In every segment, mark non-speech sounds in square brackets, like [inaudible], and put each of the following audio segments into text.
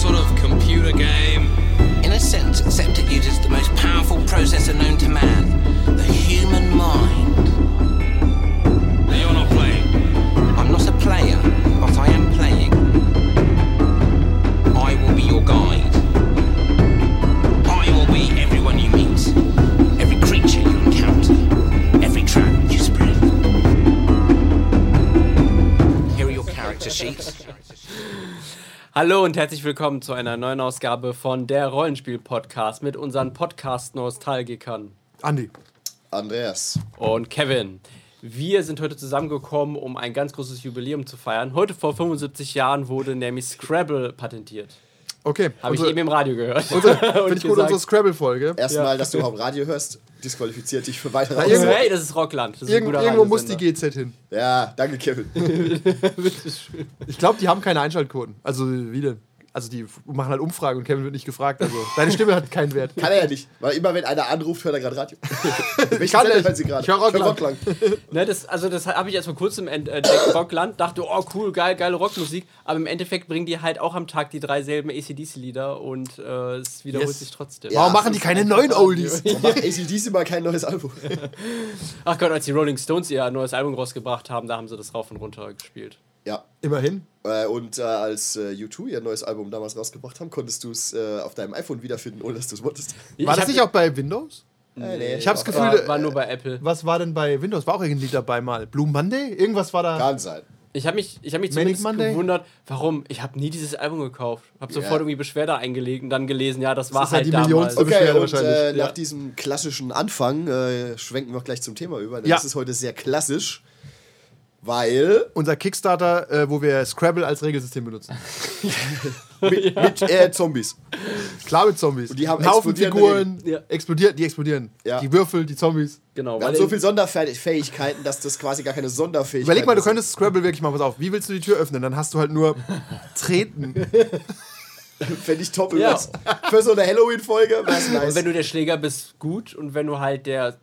sort of computer game. In a sense, except it uses the most powerful processor known to man the human mind. Now you're not playing. I'm not a player, but I am playing. I will be your guide. I will be everyone you meet, every creature you encounter, every trap you spread. Here are your character sheets. Hallo und herzlich willkommen zu einer neuen Ausgabe von der Rollenspiel-Podcast mit unseren Podcast-Nostalgikern Andi. Andreas. und Kevin. Wir sind heute zusammengekommen, um ein ganz großes Jubiläum zu feiern. Heute vor 75 Jahren wurde nämlich Scrabble patentiert. Okay. Habe ich unsere- eben im Radio gehört. [laughs] Und Finde ich gut, gesagt, unsere Scrabble-Folge. Erstmal, dass du überhaupt Radio hörst, disqualifiziert dich für weitere Ja, irgendwo- Ausgaben. Hey, das ist Rockland. Das ist ein Irgend, guter irgendwo muss die Radiosender. GZ hin. Ja, danke, Kevin. Ich glaube, die haben keine Einschaltquoten. Also, wie denn? Also, die f- machen halt Umfragen und Kevin wird nicht gefragt. [laughs] Also, deine Stimme hat keinen Wert. Kann er ja nicht, weil immer wenn einer anruft, hört er [laughs] gerade Radio. ich kann nicht. hören sie gerade. Ich höre Rockland. Ne, das, also das habe ich erst vor kurzem entdeckt, Rockland, dachte, oh cool, geil, geile Rockmusik, aber im Endeffekt bringen die halt auch am Tag die drei selben ACDC-Lieder und äh, es wiederholt Yes. sich trotzdem. Warum machen die keine neuen Oldies? Warum macht ACDC mal kein neues Album? Ach Gott, als die Rolling Stones ihr neues Album rausgebracht haben, da haben sie das rauf und runter gespielt. ja. Immerhin. Äh, Und äh, als äh, U2 ihr neues Album damals rausgebracht haben, konntest du es äh, auf deinem iPhone wiederfinden, ohne dass du es wolltest. War Ich das hab- Ah, nicht auch bei Windows? Äh, nee, Ich habe das Gefühl, War, äh, war nur bei Apple. was war denn bei Windows? War auch irgendein Lied dabei mal? Blue Monday? Irgendwas war da. Kann sein. Ich habe mich, ich hab mich Manic zumindest Monday? gewundert, warum. Ich habe nie dieses Album gekauft. Habe Ja. sofort irgendwie Beschwerde eingelegt und dann gelesen, ja, das war ist halt halt die damals. Millionste- Okay. Okay, Beschwerde und äh, wahrscheinlich, ja. nach diesem klassischen Anfang äh, schwenken wir gleich zum Thema über. Denn Ja. Das ist heute sehr klassisch, [laughs] weil Unser Kickstarter, äh, wo wir Scrabble als Regelsystem benutzen. mit, mit äh, Zombies. Klar mit Zombies. Und die haben Ein Haufen explodierende Figuren. Regeln. Ja. Explodiert, die explodieren. Ja. Die Würfel, die Zombies. Genau, Wir weil haben so in- viele Sonderfähigkeiten, dass das quasi gar keine Sonderfähigkeit Überleg mal, du ist. [laughs] könntest Scrabble wirklich mal was auf. Wie willst du die Tür öffnen? Dann hast du halt nur treten. Fände ich top Ja. übrigens. [laughs] Für so eine Halloween-Folge wär's und nice. wenn du der Schläger bist, gut. Und wenn du halt der.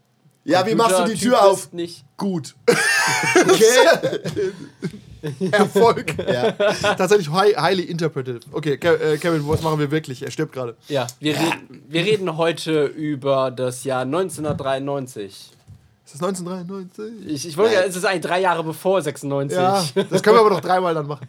Ja, wie machst du die Computertyp Tür auf? bist, Nicht. Gut. [laughs] Okay. [laughs] Erfolg. ja. Tatsächlich high, highly interpreted. Okay, Ke äh, Kevin, was machen wir wirklich? Er stirbt gerade. Ja, wir, Reden, wir reden heute über das Jahr 1993. Ist das 1993? Ich, ich wollte ja, es ist eigentlich drei Jahre bevor 96. Ja, das können wir aber noch dreimal dann machen.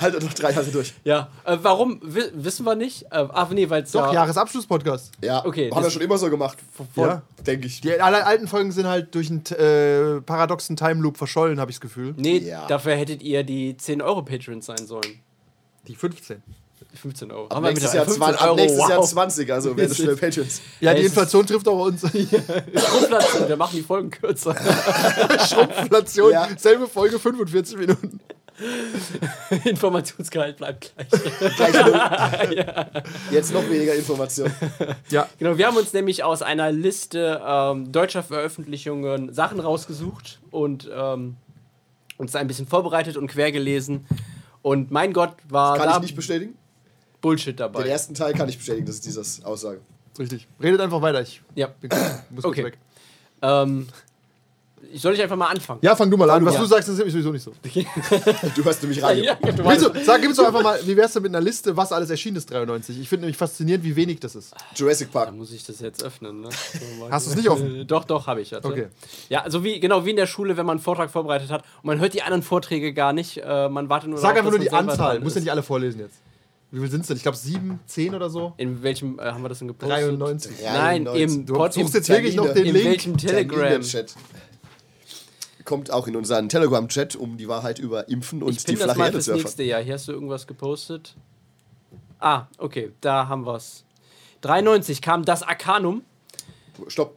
Halt doch noch drei Jahre durch. [laughs] Ja, Äh, warum wi wissen wir nicht? Äh, ach nee, weil es Doch, ja. Jahresabschluss-Podcast. Ja, Okay, haben wir das- schon immer so gemacht, Ja. denke ich. Die alle alten Folgen sind halt durch einen äh, paradoxen Time Loop verschollen, habe ich das Gefühl. Nee, Ja. dafür hättet ihr die 10 Euro Patrons sein sollen. Die 15. 15 Euro. Ab Haben wir nächstes, wieder Jahr, 20, ab nächstes Jahr 20, [laughs] also werden schnell Patrons. Ja, Ja, die es ist- Inflation trifft auch uns. Inflation, wir machen die Folgen kürzer. [laughs] Inflation, Ja. selbe Folge, 45 Minuten. Informationsgehalt bleibt gleich. Gleich null. Jetzt noch [laughs] weniger Informationen. Ja, Genau, wir haben uns nämlich aus einer Liste ähm, deutscher Veröffentlichungen Sachen rausgesucht und ähm, uns da ein bisschen vorbereitet und quer gelesen. Und mein Gott, war Kann da ich nicht bestätigen? Bullshit Den dabei. ersten Teil kann ich bestätigen, das ist dieses Aussage. richtig. Redet einfach weiter. Ich Ja. bin, muss kurz Okay. weg. Ähm, soll ich einfach mal anfangen? Ja, fang du mal an. Was Ja. du sagst, das ist sowieso nicht so. Du hörst nämlich [laughs] [laughs] Radio. Ja, du Willst weißt- du, sag, gib's doch einfach mal, wie wär's denn mit einer Liste, was alles erschienen ist 93? Ich finde nämlich faszinierend, wie wenig das ist. Jurassic Da Park. muss ich das jetzt öffnen, [laughs] ne? Hast du's nicht offen? Äh, Doch, doch, habe ich. Warte. Okay. Ja, also wie, genau wie in der Schule, wenn man einen Vortrag vorbereitet hat und man hört die anderen Vorträge gar nicht, äh, man wartet nur Sag darauf, einfach nur dass die man selber Anzahl. dran Muss ja ist. nicht alle vorlesen jetzt. Wie viel sind's denn? Ich glaube sieben, zehn oder so. In welchem äh, haben wir das denn gepostet? 93. Nein, 93. im Du Pod- suchst im- jetzt wirklich noch den in Link. welchem Telegram? Chat. Kommt auch in unseren Telegram-Chat, um die Wahrheit über Impfen und Ich die bin das flache mal Erde fürs zu erfahren. nächste Jahr. Hier hast du irgendwas gepostet. Ah, okay, da haben wir's. 93 kam das Arcanum. Stopp.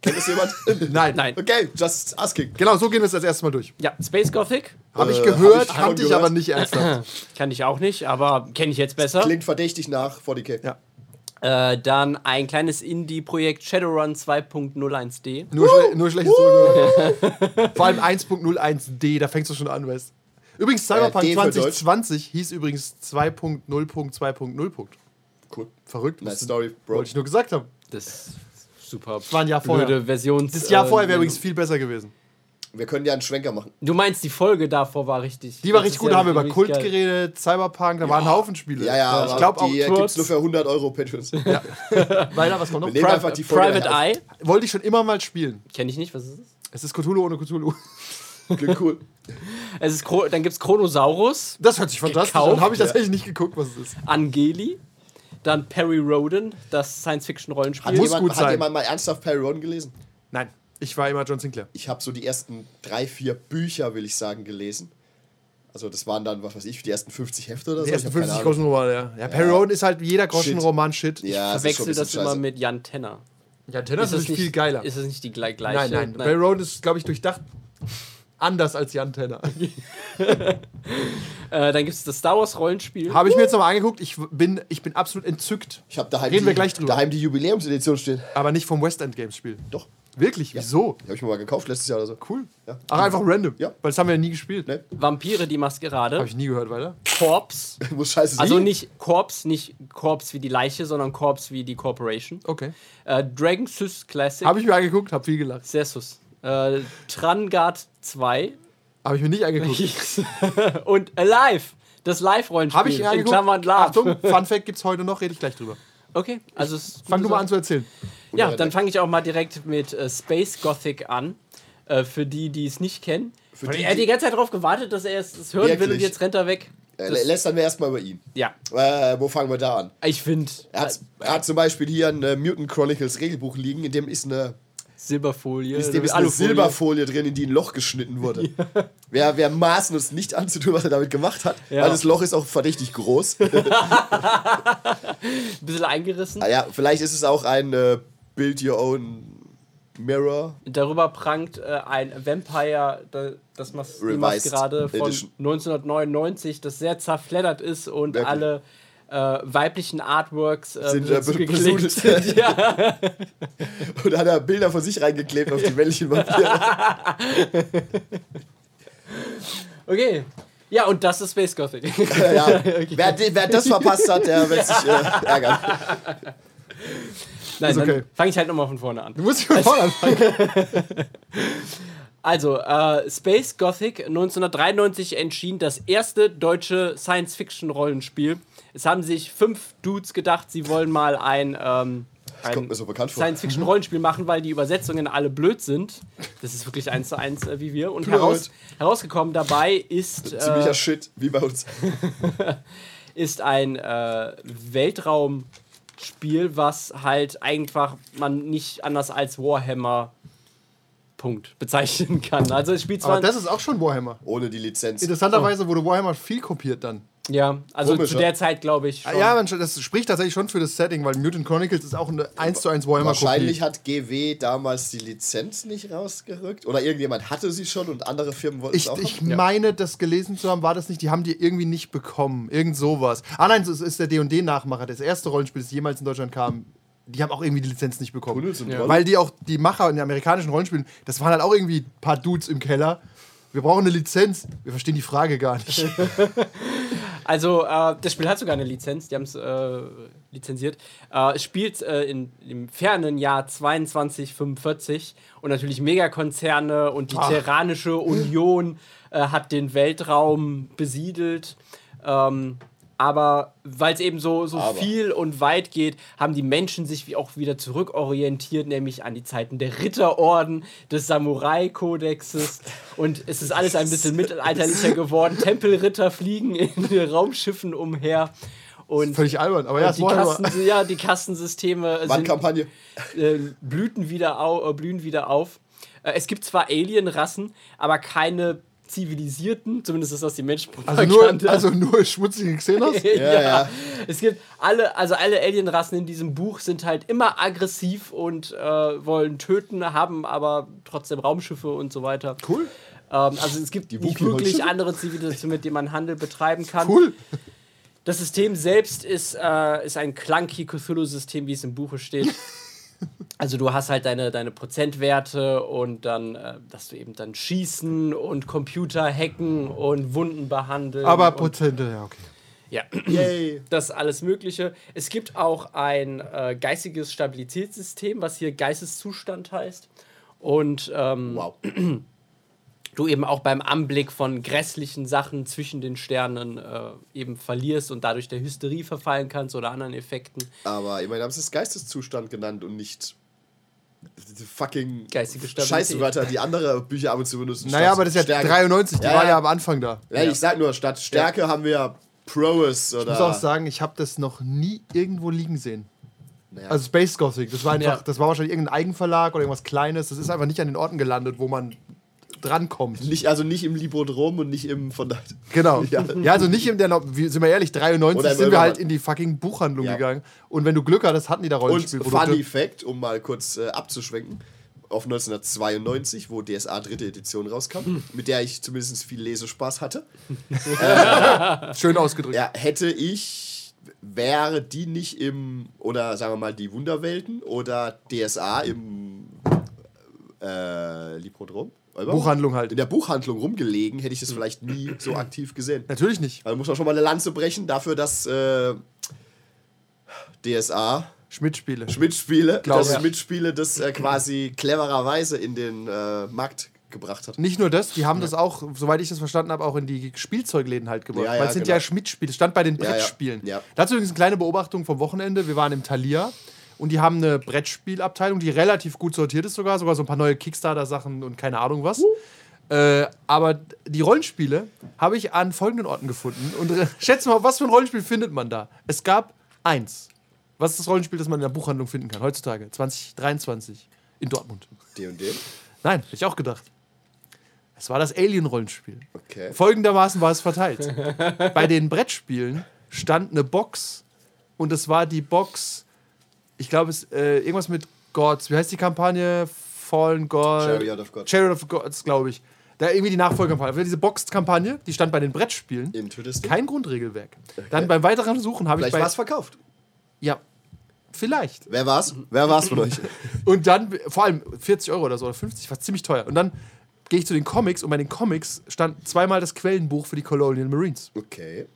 Kennt das jemand? [laughs] Nein. Nein. Okay, just asking. Genau, so gehen wir es das erste Mal durch. Ja, Space Gothic. Habe ich Äh, gehört, hab ich schon kannte ich gehört. aber nicht [laughs] ernsthaft. Kann ich auch nicht, aber kenne ich jetzt besser. Klingt verdächtig nach 40k. Ja. Äh, dann ein kleines Indie-Projekt Shadowrun 2.01D. Nur, schle nur schlechtes Zugehör. [laughs] Vor allem 1.01d, da fängst du schon an, weißt Übrigens, Cyberpunk Äh, D für 2020 hieß übrigens 2.0.2.0. Cool. Verrückt, Nice was Story, Bro. wollte ich nur gesagt haben. Das ist super war ein Jahr vorher. blöde Version. Äh, Das Jahr vorher wäre übrigens viel besser gewesen. Wir können ja einen Schwenker machen. Du meinst, die Folge davor war richtig. Die war Das richtig ist gut, ja da haben wir über richtig Kult geil. geredet, Cyberpunk, da waren ein Haufen Spiele. Ja, ja, ich aber glaube auch, die äh, kurz- gibt's nur für 100 [laughs] Euro Patreons. Wir leider, was kommt noch? nehmen einfach Private, die Folge Private einfach. Eye. wollte ich schon immer mal spielen. Kenne ich nicht, was ist das? Es ist Cthulhu ohne Cthulhu. [laughs] Klingt Cool. Es ist Chro dann gibt es Chronosaurus, Das hört sich fantastisch an. Gekauft? Habe ich tatsächlich nicht geguckt, was es ist. Angeli, dann Perry Roden, das Science-Fiction-Rollenspiel. Hat, Muss jemand, gut hat sein. jemand mal ernsthaft Perry Ron gelesen? Nein, ich war immer John Sinclair. Ich habe so die ersten drei, vier Bücher, will ich sagen, gelesen. Also das waren dann, was weiß ich, die ersten 50 Hefte oder Die so. ersten ich hab keine 50 Ahnung. Groschenromane, ja. Ja, Perry Roden ist halt wie jeder Groschenroman Shit. Ja, es ist schon ein Verwechsel bisschen das immer scheiße. mit Jan Tenner. ja Tenor ist, natürlich nicht- viel geiler. Ist es nicht die gle- gleiche? nein, nein, Perry Roden ist, glaube ich, durchdacht anders als Jan [laughs] Tenor. Äh, dann gibt es das Star Wars-Rollenspiel. Habe ich mir jetzt nochmal angeguckt. Ich bin, ich bin absolut entzückt. Ich habe daheim, Reden die- wir gleich drüber. daheim die Jubiläumsedition stehen. Aber nicht vom West End Games Spiel. Doch, Wirklich? Wieso? die habe ich mir mal gekauft letztes Jahr oder so. Cool. Ja. Ach, einfach random. Ja. [laughs] Weil das haben wir ja nie gespielt. Ne? Vampire, die Maskerade. Habe ich nie gehört, weiter. Korps. Muss scheiße sein. Also nicht Korps, nicht Korps wie die Leiche, sondern Korps wie die Corporation. Okay. Äh, Dragon Sys Classic. Habe ich mir angeguckt, habe viel gelacht. Sessus. Äh, Trangard 2. Habe ich mir nicht angeguckt. [laughs] und Alive. Das Live-Rollenspiel. Habe ich mir in angeguckt. Klammern Love. Achtung, Fun Fact gibt's heute noch, rede ich gleich drüber. Okay, also es ist Fang gute du mal Sache. an zu erzählen. Ja, dann fange ich auch mal direkt mit äh, Space Gothic an. Äh, für die, die es nicht kennen. Für Weil die, er hat die- die ganze Zeit darauf gewartet, dass er es es hören will und Wirklich? jetzt rennt er weg. Äh, Das- lästern wir erstmal über ihn. ja, Äh, wo fangen wir da an? ich finde. Er hat, Äh, er hat zum Beispiel hier ein äh, Mutant Chronicles Regelbuch liegen, in dem ist eine, Äh, äh, Silberfolie. äh, in dem ist eine Alufolie. Silberfolie drin, in die ein Loch [laughs] geschnitten wurde. Wir, wir maßen uns nicht an zu tun, was er damit gemacht hat, Ja. weil das Loch ist auch [laughs] verdächtig groß. Ein bisschen eingerissen. Ah ja, vielleicht ist es auch ein äh, Build Your Own Mirror Darüber prangt äh, ein Vampire, da- das Mas die Revised Maskerade von Edition. 1999, das sehr zerfleddert ist und Wirklich? alle äh, weiblichen Artworks Ähm, äh, Sind, äh, dazu be- geklebt [laughs] besudelt. sind. ja. [laughs] und hat er Bilder von sich reingeklebt auf die männlichen [laughs] Vampire. Okay. Ja, und das ist Space Gothic. [laughs] ja. wer, de- wer das verpasst hat, der wird sich [laughs] äh, ärgern. Nein, Ist okay. dann fange ich halt nochmal von vorne an. Du musst dich von vorne anfangen. Also, äh, Space Gothic 1993 erschien das erste deutsche Science-Fiction-Rollenspiel. Es haben sich fünf Dudes gedacht, sie wollen mal ein, ähm, kommt ein mir so bekannt vor. Mhm. Science-Fiction-Rollenspiel machen, weil die Übersetzungen alle blöd sind. Das ist wirklich eins zu eins äh, wie wir. Und Blöd. heraus, herausgekommen dabei ist, Ziemlicher äh, Shit, wie bei uns. ist ein äh, Weltraumspiel, was halt einfach man nicht anders als Warhammer. Punkt bezeichnen kann. Also es spielt zwar Aber das ist auch schon Warhammer. Ohne die Lizenz. Interessanterweise wurde Warhammer viel kopiert dann. Ja, also Komisch, zu ja. der Zeit glaube ich. Ah, Schon. Ja, man, das spricht tatsächlich schon für das Setting, weil Mutant Chronicles ist auch eine 1 zu 1 Warhammer-Kopie. Wahrscheinlich hat GW damals die Lizenz nicht rausgerückt. Oder irgendjemand hatte sie schon und andere Firmen wollten es Ich, auch. ich haben. meine, das gelesen zu haben, war das nicht. Die haben die irgendwie nicht bekommen. Irgend sowas. Ah nein, es ist der D&D-Nachmacher. Das erste Rollenspiel, das jemals in Deutschland kam. Die haben auch irgendwie die Lizenz nicht bekommen. Tunnels und Rollen? Weil die auch, die Macher in den amerikanischen Rollenspielen, das waren halt auch irgendwie ein paar Dudes im Keller. Wir brauchen eine Lizenz. Wir verstehen die Frage gar [laughs] nicht. Also äh, das Spiel hat sogar eine Lizenz, die haben es äh, lizenziert. Äh, es spielt äh, in, im fernen Jahr 2245 und natürlich Megakonzerne und die Ach. Terranische Union äh, hat den Weltraum besiedelt. Ähm, aber weil es eben so, so Aber. viel und weit geht, haben die Menschen sich wie auch wieder zurückorientiert, nämlich an die Zeiten der Ritterorden, des Samurai-Kodexes. Und es ist alles ein bisschen mittelalterlicher geworden. Tempelritter fliegen in [laughs] Raumschiffen umher. Und Völlig albern. Aber ja, es die, war Kasten, ja, die Kastensysteme sind, Wandkampagne. äh, blühten wieder au, äh, blühen wieder auf. Äh, es gibt zwar Alien-Rassen, aber keine zivilisierten, zumindest ist das die Menschenpropaganda. also nur, also nur schmutzige [laughs] [laughs] Xenos. ja, Ja, ja. Es gibt alle, also alle Alienrassen in diesem Buch sind halt immer aggressiv und äh, wollen töten, haben aber trotzdem Raumschiffe und so weiter. Cool. Ähm, also es gibt nicht Wookiee wirklich Raumschiffe? andere Zivilisationen, mit denen man Handel betreiben kann. Cool. Das System selbst ist, äh, ist ein clunky Cthulhu-System, wie es im Buche [laughs] steht. Also du hast halt deine, deine Prozentwerte und dann, äh, dass du eben dann schießen und Computer hacken und Wunden behandeln. Aber und, Prozente, ja, okay. ja Yay. das alles Mögliche. Es gibt auch ein äh, geistiges Stabilitätssystem, was hier Geisteszustand heißt. Und ähm, Wow. du eben auch beim Anblick von grässlichen Sachen zwischen den Sternen äh, eben verlierst und dadurch der Hysterie verfallen kannst oder anderen Effekten. Aber immerhin haben sie es Geisteszustand genannt und nicht diese fucking Geistige Stabilität. Scheißwörter, die andere Bücher ab und zu benutzen. Naja, Statt aber das ist ja Stärke. 93, die Ja, war ja. ja am Anfang da. Ja, ich sag nur, statt Stärke haben wir Prowess oder. Ich muss auch sagen, ich habe das noch nie irgendwo liegen sehen. Naja. Also Space Gothic, das war einfach, Ja. das war wahrscheinlich irgendein Eigenverlag oder irgendwas Kleines. Das ist einfach nicht an den Orten gelandet, wo man drankommt. nicht, also nicht im Librodrom und nicht im von der. Genau. Ja. [laughs] Ja. also nicht in der, No- wie- sind wir ehrlich, 93 Oder im sind wir halt Ömermann. in die fucking Buchhandlung Ja. gegangen. Und wenn du Glück hattest, hatten die da Und Rollenspielprodukte. Funny Fact, um mal kurz äh, abzuschwenken, auf 1992, wo DSA dritte Edition rauskam, Hm. mit der ich zumindest viel Lesespaß hatte, Schön ausgedrückt. ja, hätte ich, wäre die nicht im, oder sagen wir mal, die Wunderwelten oder DSA im äh, Librodrom? Olber? Buchhandlung halt. Hm. In der Buchhandlung rumgelegen, hätte ich das vielleicht nie so aktiv gesehen. Natürlich nicht. Also muss man schon mal eine Lanze brechen dafür, dass äh, DSA Schmidt-Spiele. Schmidt-Spiele, Glaub dass ich. Schmidt-Spiele das äh, quasi clevererweise in den äh, Markt gebracht hat. Nicht nur das, die haben das auch, soweit ich das verstanden habe, auch in die Spielzeugläden halt gebracht. Ja, Weil ja, es sind genau. ja Schmidt-Spiele, es stand bei den Ja, ja. Brettspielen. Ja. Dazu übrigens eine kleine Beobachtung vom Wochenende. Wir waren im Thalia und die haben eine Brettspielabteilung, die relativ gut sortiert ist sogar, sogar so ein paar neue Kickstarter-Sachen und keine Ahnung Uh. was. Äh, aber die Rollenspiele habe ich an folgenden Orten gefunden. Und [laughs] äh, schätze mal, was für ein Rollenspiel findet man da? Es gab eins. Was ist das Rollenspiel, das man in der Buchhandlung finden kann? Heutzutage, 2023, in Dortmund. D&D? Nein, hätte ich auch gedacht. Es war das Alien-Rollenspiel. Okay. Folgendermaßen war es verteilt. [laughs] Bei den Brettspielen stand eine Box und es war die Box, ich glaube, es äh, irgendwas mit Gods. Wie heißt die Kampagne? Fallen God. Chariot of God. Chariot of Gods, glaube ich. Da irgendwie die Nachfolgerkampagne. Also diese Box-Kampagne, die stand bei den Brettspielen. Interesting. Kein Grundregelwerk. Dann beim weiteren Suchen habe ich Vielleicht bei. war es verkauft. Ja. Vielleicht. Wer war's? Wer war's von euch? Und dann, vor allem 40 Euro oder so, oder 50, war ziemlich teuer. Und dann gehe ich zu den Comics und bei den Comics stand zweimal das Quellenbuch für die Colonial Marines. Okay.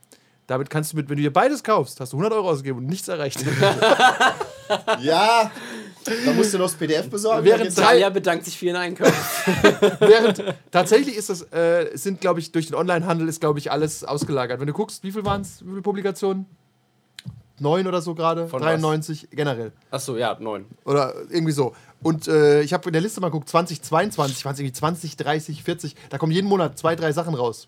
Damit kannst du mit, wenn du dir beides kaufst, hast du 100 Euro ausgegeben und nichts erreicht. Ja, da musst du noch das PDF besorgen. Während Dann geht's- drei- Talia bedankt sich für ihren Einkauf. Während tatsächlich ist das, äh, sind glaube ich, durch den Onlinehandel ist glaube ich alles ausgelagert. Wenn du guckst, wie viel waren es, wie viele Publikationen? Neun oder so gerade? Von 93 generell. Achso, ja, neun. Oder irgendwie so. Und äh, ich habe in der Liste mal geguckt, 2022 waren es irgendwie 20, 30, 40. Da kommen jeden Monat zwei, drei Sachen raus.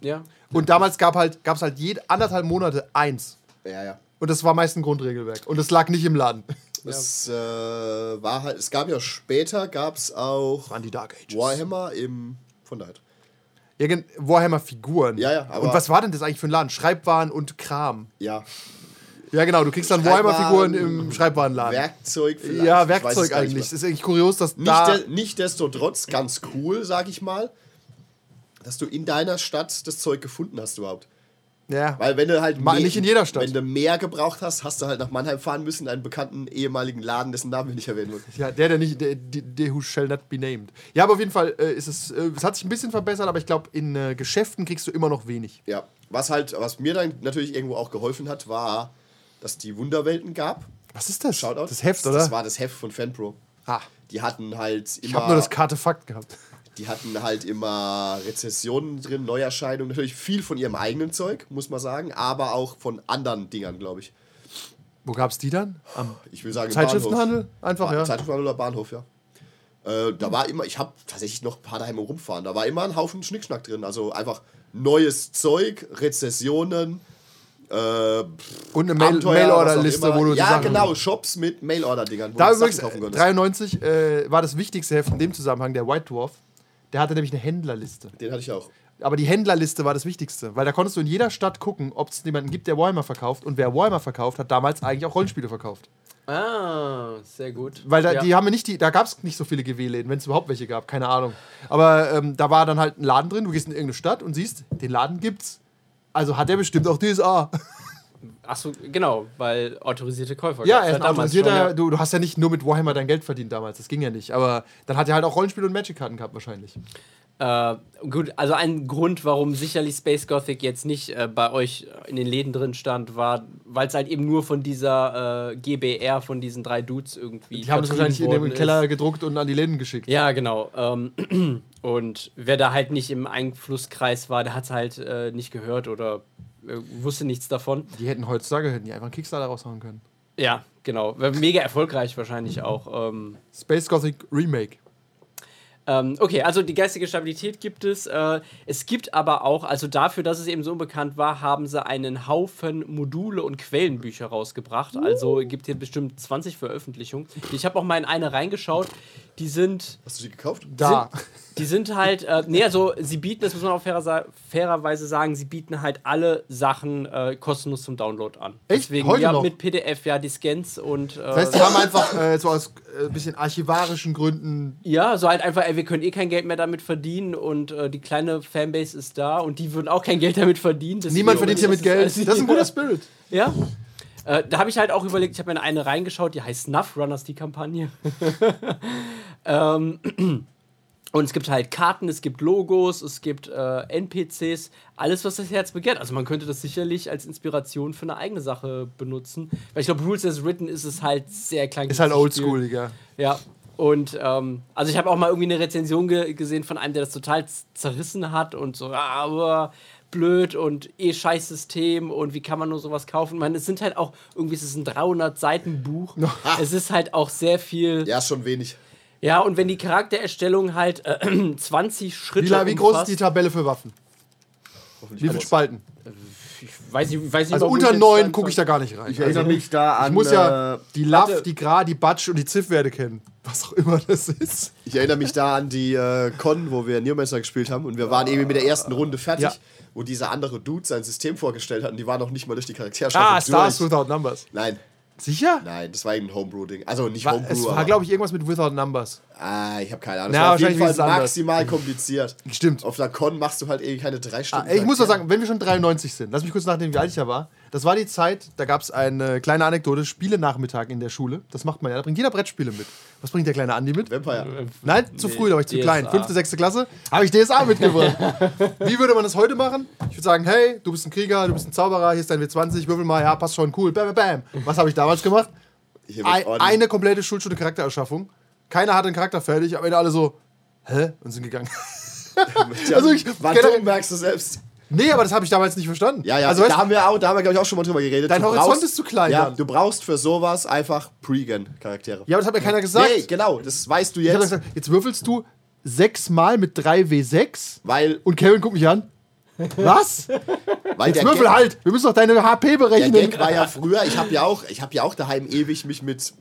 Ja. Und damals gab halt, gab's halt jede anderthalb Monate eins. Ja, ja. Und das war meist ein Grundregelwerk. Und das lag nicht im Laden. Es äh, war halt, es gab ja später, gab's auch Waren die Dark Ages. Warhammer im halt. von der Hand. Irgend- Warhammer-Figuren. Ja, ja, aber- und was war denn das eigentlich für ein Laden? Schreibwaren und Kram. Ja. Ja, genau, du kriegst dann Warhammer-Figuren im Schreibwarenladen. Werkzeug vielleicht. Ah. ja, Ich weiß es Werkzeug gar nicht eigentlich. mehr. Das ist eigentlich kurios, dass Nicht, da. de Nichtsdestotrotz ganz cool, sag ich mal, dass du in deiner Stadt das Zeug gefunden hast überhaupt. Ja. Weil wenn du halt Ma- mehr- nicht in jeder Stadt. Wenn du mehr gebraucht hast, hast du halt nach Mannheim fahren müssen, einen bekannten ehemaligen Laden, dessen Namen wir nicht erwähnen wollen. Ja, der, der nicht, der, der- der who shall not be named. Ja, aber auf jeden Fall äh, ist es, äh, es hat sich ein bisschen verbessert, aber ich glaube, in äh, Geschäften kriegst du immer noch wenig. Ja, was halt, was mir dann natürlich irgendwo auch geholfen hat, war, dass die Wunderwelten gab. Was ist das? Shoutout. Das Heft, oder? Das war das Heft von Fanpro. ah, Die hatten halt immer. ich habe nur das Kartefakt gehabt. Die hatten halt immer Rezessionen drin, Neuerscheinungen, natürlich viel von ihrem eigenen Zeug, muss man sagen, aber auch von anderen Dingern, glaube ich. Wo gab's die dann? Am Ich will sagen, im Zeitschriftenhandel? Einfach, Bahnhof. ja. Ja. Zeitschriftenhandel oder Bahnhof, ja. Äh, da war immer, ich habe tatsächlich noch ein paar daheim rumfahren, da war immer ein Haufen Schnickschnack drin. Also einfach neues Zeug, Rezessionen, Und äh, eine Mail- Abenteuer, was Mail-Order-Liste, auch immer. wo du die ja, Sachen genau, Shops mit Mail-Order-Dingern, wo Da du Sachen übrigens, kaufen äh, konntest. 93 äh, war das wichtigste Heft in dem Zusammenhang, der White Dwarf. Der hatte nämlich eine Händlerliste. Den hatte ich auch. Aber die Händlerliste war das Wichtigste, weil da konntest du in jeder Stadt gucken, ob es jemanden gibt, der Warhammer verkauft. Und wer Warhammer verkauft, hat damals eigentlich auch Rollenspiele verkauft. Ah, sehr gut. Weil da, ja. die haben ja nicht die, da gab es nicht so viele GW-Läden, wenn es überhaupt welche gab, keine Ahnung. Aber ähm, da war dann halt ein Laden drin, du gehst in irgendeine Stadt und siehst, den Laden gibt's. Also hat der bestimmt auch DSA. Achso, genau, weil autorisierte Käufer. Ja, gab's er ist ein autorisierter, schon, ja. du, du hast ja nicht nur mit Warhammer dein Geld verdient damals, das ging ja nicht. Aber dann hat er halt auch Rollenspiele und Magic-Karten gehabt wahrscheinlich. Äh, gut, also ein Grund, warum sicherlich Space Gothic jetzt nicht äh, bei euch in den Läden drin stand, war, weil es halt eben nur von dieser äh, GBR, von diesen drei Dudes irgendwie. Die haben das vertrieben wahrscheinlich in dem worden Keller Ist. gedruckt und an die Läden geschickt. Ja, genau. Ähm, [clears throat] Und wer da halt nicht im Einflusskreis war, der hat es halt äh, nicht gehört oder äh, wusste nichts davon. Die hätten heutzutage hätten die einfach einen Kickstarter raushauen können. Ja, genau. War Mega erfolgreich wahrscheinlich auch. Ähm, Space Gothic Remake. ähm, okay, also die geistige Stabilität gibt es. Äh, es gibt aber auch, also dafür, dass es eben so unbekannt war, haben sie einen Haufen Module und Quellenbücher rausgebracht. Also Uh. gibt hier bestimmt 20 Veröffentlichungen. Ich habe auch mal in eine reingeschaut. Die sind Hast du die gekauft? Da. die sind halt, äh, nee, also sie bieten, das muss man auch fairer, sa- fairerweise sagen, sie bieten halt alle Sachen äh, kostenlos zum Download an. Echt? Deswegen, Heute ja, noch? mit PDF, ja, die Scans und. Äh, Das heißt, die haben [laughs] einfach äh, so aus äh, bisschen archivarischen Gründen. ja, so halt einfach, ey, wir können eh kein Geld mehr damit verdienen und äh, die kleine Fanbase ist da und die würden auch kein Geld damit verdienen. deswegen- Niemand verdient hier mit ist Geld. Das alles- ist ein guter Spirit. Ja. Äh, da habe ich halt auch überlegt, ich habe mir in eine reingeschaut, die heißt Snuff Runners, die Kampagne. [laughs] ähm, [clears throat] und es gibt halt Karten, es gibt Logos, es gibt äh, NPCs, alles, was das Herz begehrt. Also man könnte das sicherlich als Inspiration für eine eigene Sache benutzen. Weil ich glaube, Rules as Written ist es halt sehr klein. Ist halt oldschooliger. Ja. Und ähm, also ich habe auch mal irgendwie eine Rezension ge gesehen von einem, der das total z- zerrissen hat und so, ah, aber blöd und eh scheiß System und wie kann man nur sowas kaufen? Man, es sind halt auch irgendwie, es ist ein 300 Seiten [laughs] Buch. es ist halt auch sehr viel. Ja, Ja, schon wenig. und wenn die Charaktererstellung halt äh, [clears throat] 20 Schritte Wie, la- wie groß ist die umfasst- Tabelle für Waffen? Hoffentlich Wie haben viele wir's. Spalten? weiß ich, weiß ich nicht, Also ob unter ich jetzt neun dann- gucke ich da gar nicht rein. Ich also, erinnere mich da an. ich muss ja äh, die Love, die Gra, die Batsch und die Ziff-Werte kennen. Was auch immer das ist. Ich erinnere mich da an die äh, Con, wo wir Neomancer gespielt haben und wir waren eben mit der ersten Runde fertig, Ja. wo dieser andere Dude sein System vorgestellt hat und die waren noch nicht mal durch die Charakterstaffel Ah, Stars durch. Without Numbers. Nein, Sicher? nein, das war irgendein Homebrew-Ding. Also nicht War, Homebrew, es war, aber- glaube ich, irgendwas mit Without Numbers. Ah, ich habe keine Ahnung. Na, Das war auf jeden Fall wahrscheinlich ist es anders. maximal kompliziert. Stimmt. Auf einer Con machst du halt eben keine drei Stunden. Ah, ey, ich muss doch sagen, wenn wir schon 93 sind, lass mich kurz nachdenken, wie alt ich da war. Das war die Zeit, da gab es eine kleine Anekdote, Spiele-Nachmittag in der Schule. Das macht man ja, da bringt jeder Brettspiele mit. Was bringt der kleine Andi mit? äh, Vampire. Nein, zu früh, da war ich zu DSA. klein. Fünfte, sechste Klasse habe ich DSA mitgebracht. Wie würde man das heute machen? Ich würde sagen, hey, du bist ein Krieger, du bist ein Zauberer, hier ist dein W20, würfel mal, ja, passt schon, cool, bam, bam, bam. Was habe ich damals gemacht? Hier wird Ei- ordentlich- eine komplette Schulstunde Charaktererschaffung. Keiner hatte einen Charakter fertig, am Ende alle so, hä? Und sind gegangen. [laughs] Tja, also ich- war generell- dumm, merkst du selbst. Nee, aber das habe ich damals nicht verstanden. Ja, ja, also, da weißt, haben wir auch, da haben wir, glaube ich, auch schon mal drüber geredet. Dein Du Horizont ist zu klein Ja, dann. du brauchst für sowas einfach Pre-Gen-Charaktere. ja, aber das hat mir keiner gesagt. Nee, genau, das weißt du Ich hab jetzt. gesagt, jetzt würfelst du sechsmal mit 3W6 Weil, und Kevin guckt mich [laughs] an. Was? weil Jetzt der, würfel Gag, halt! Wir müssen doch deine HP der berechnen. Gag war ja früher, ich habe ja, auch- ich hab ja auch daheim ewig mich mit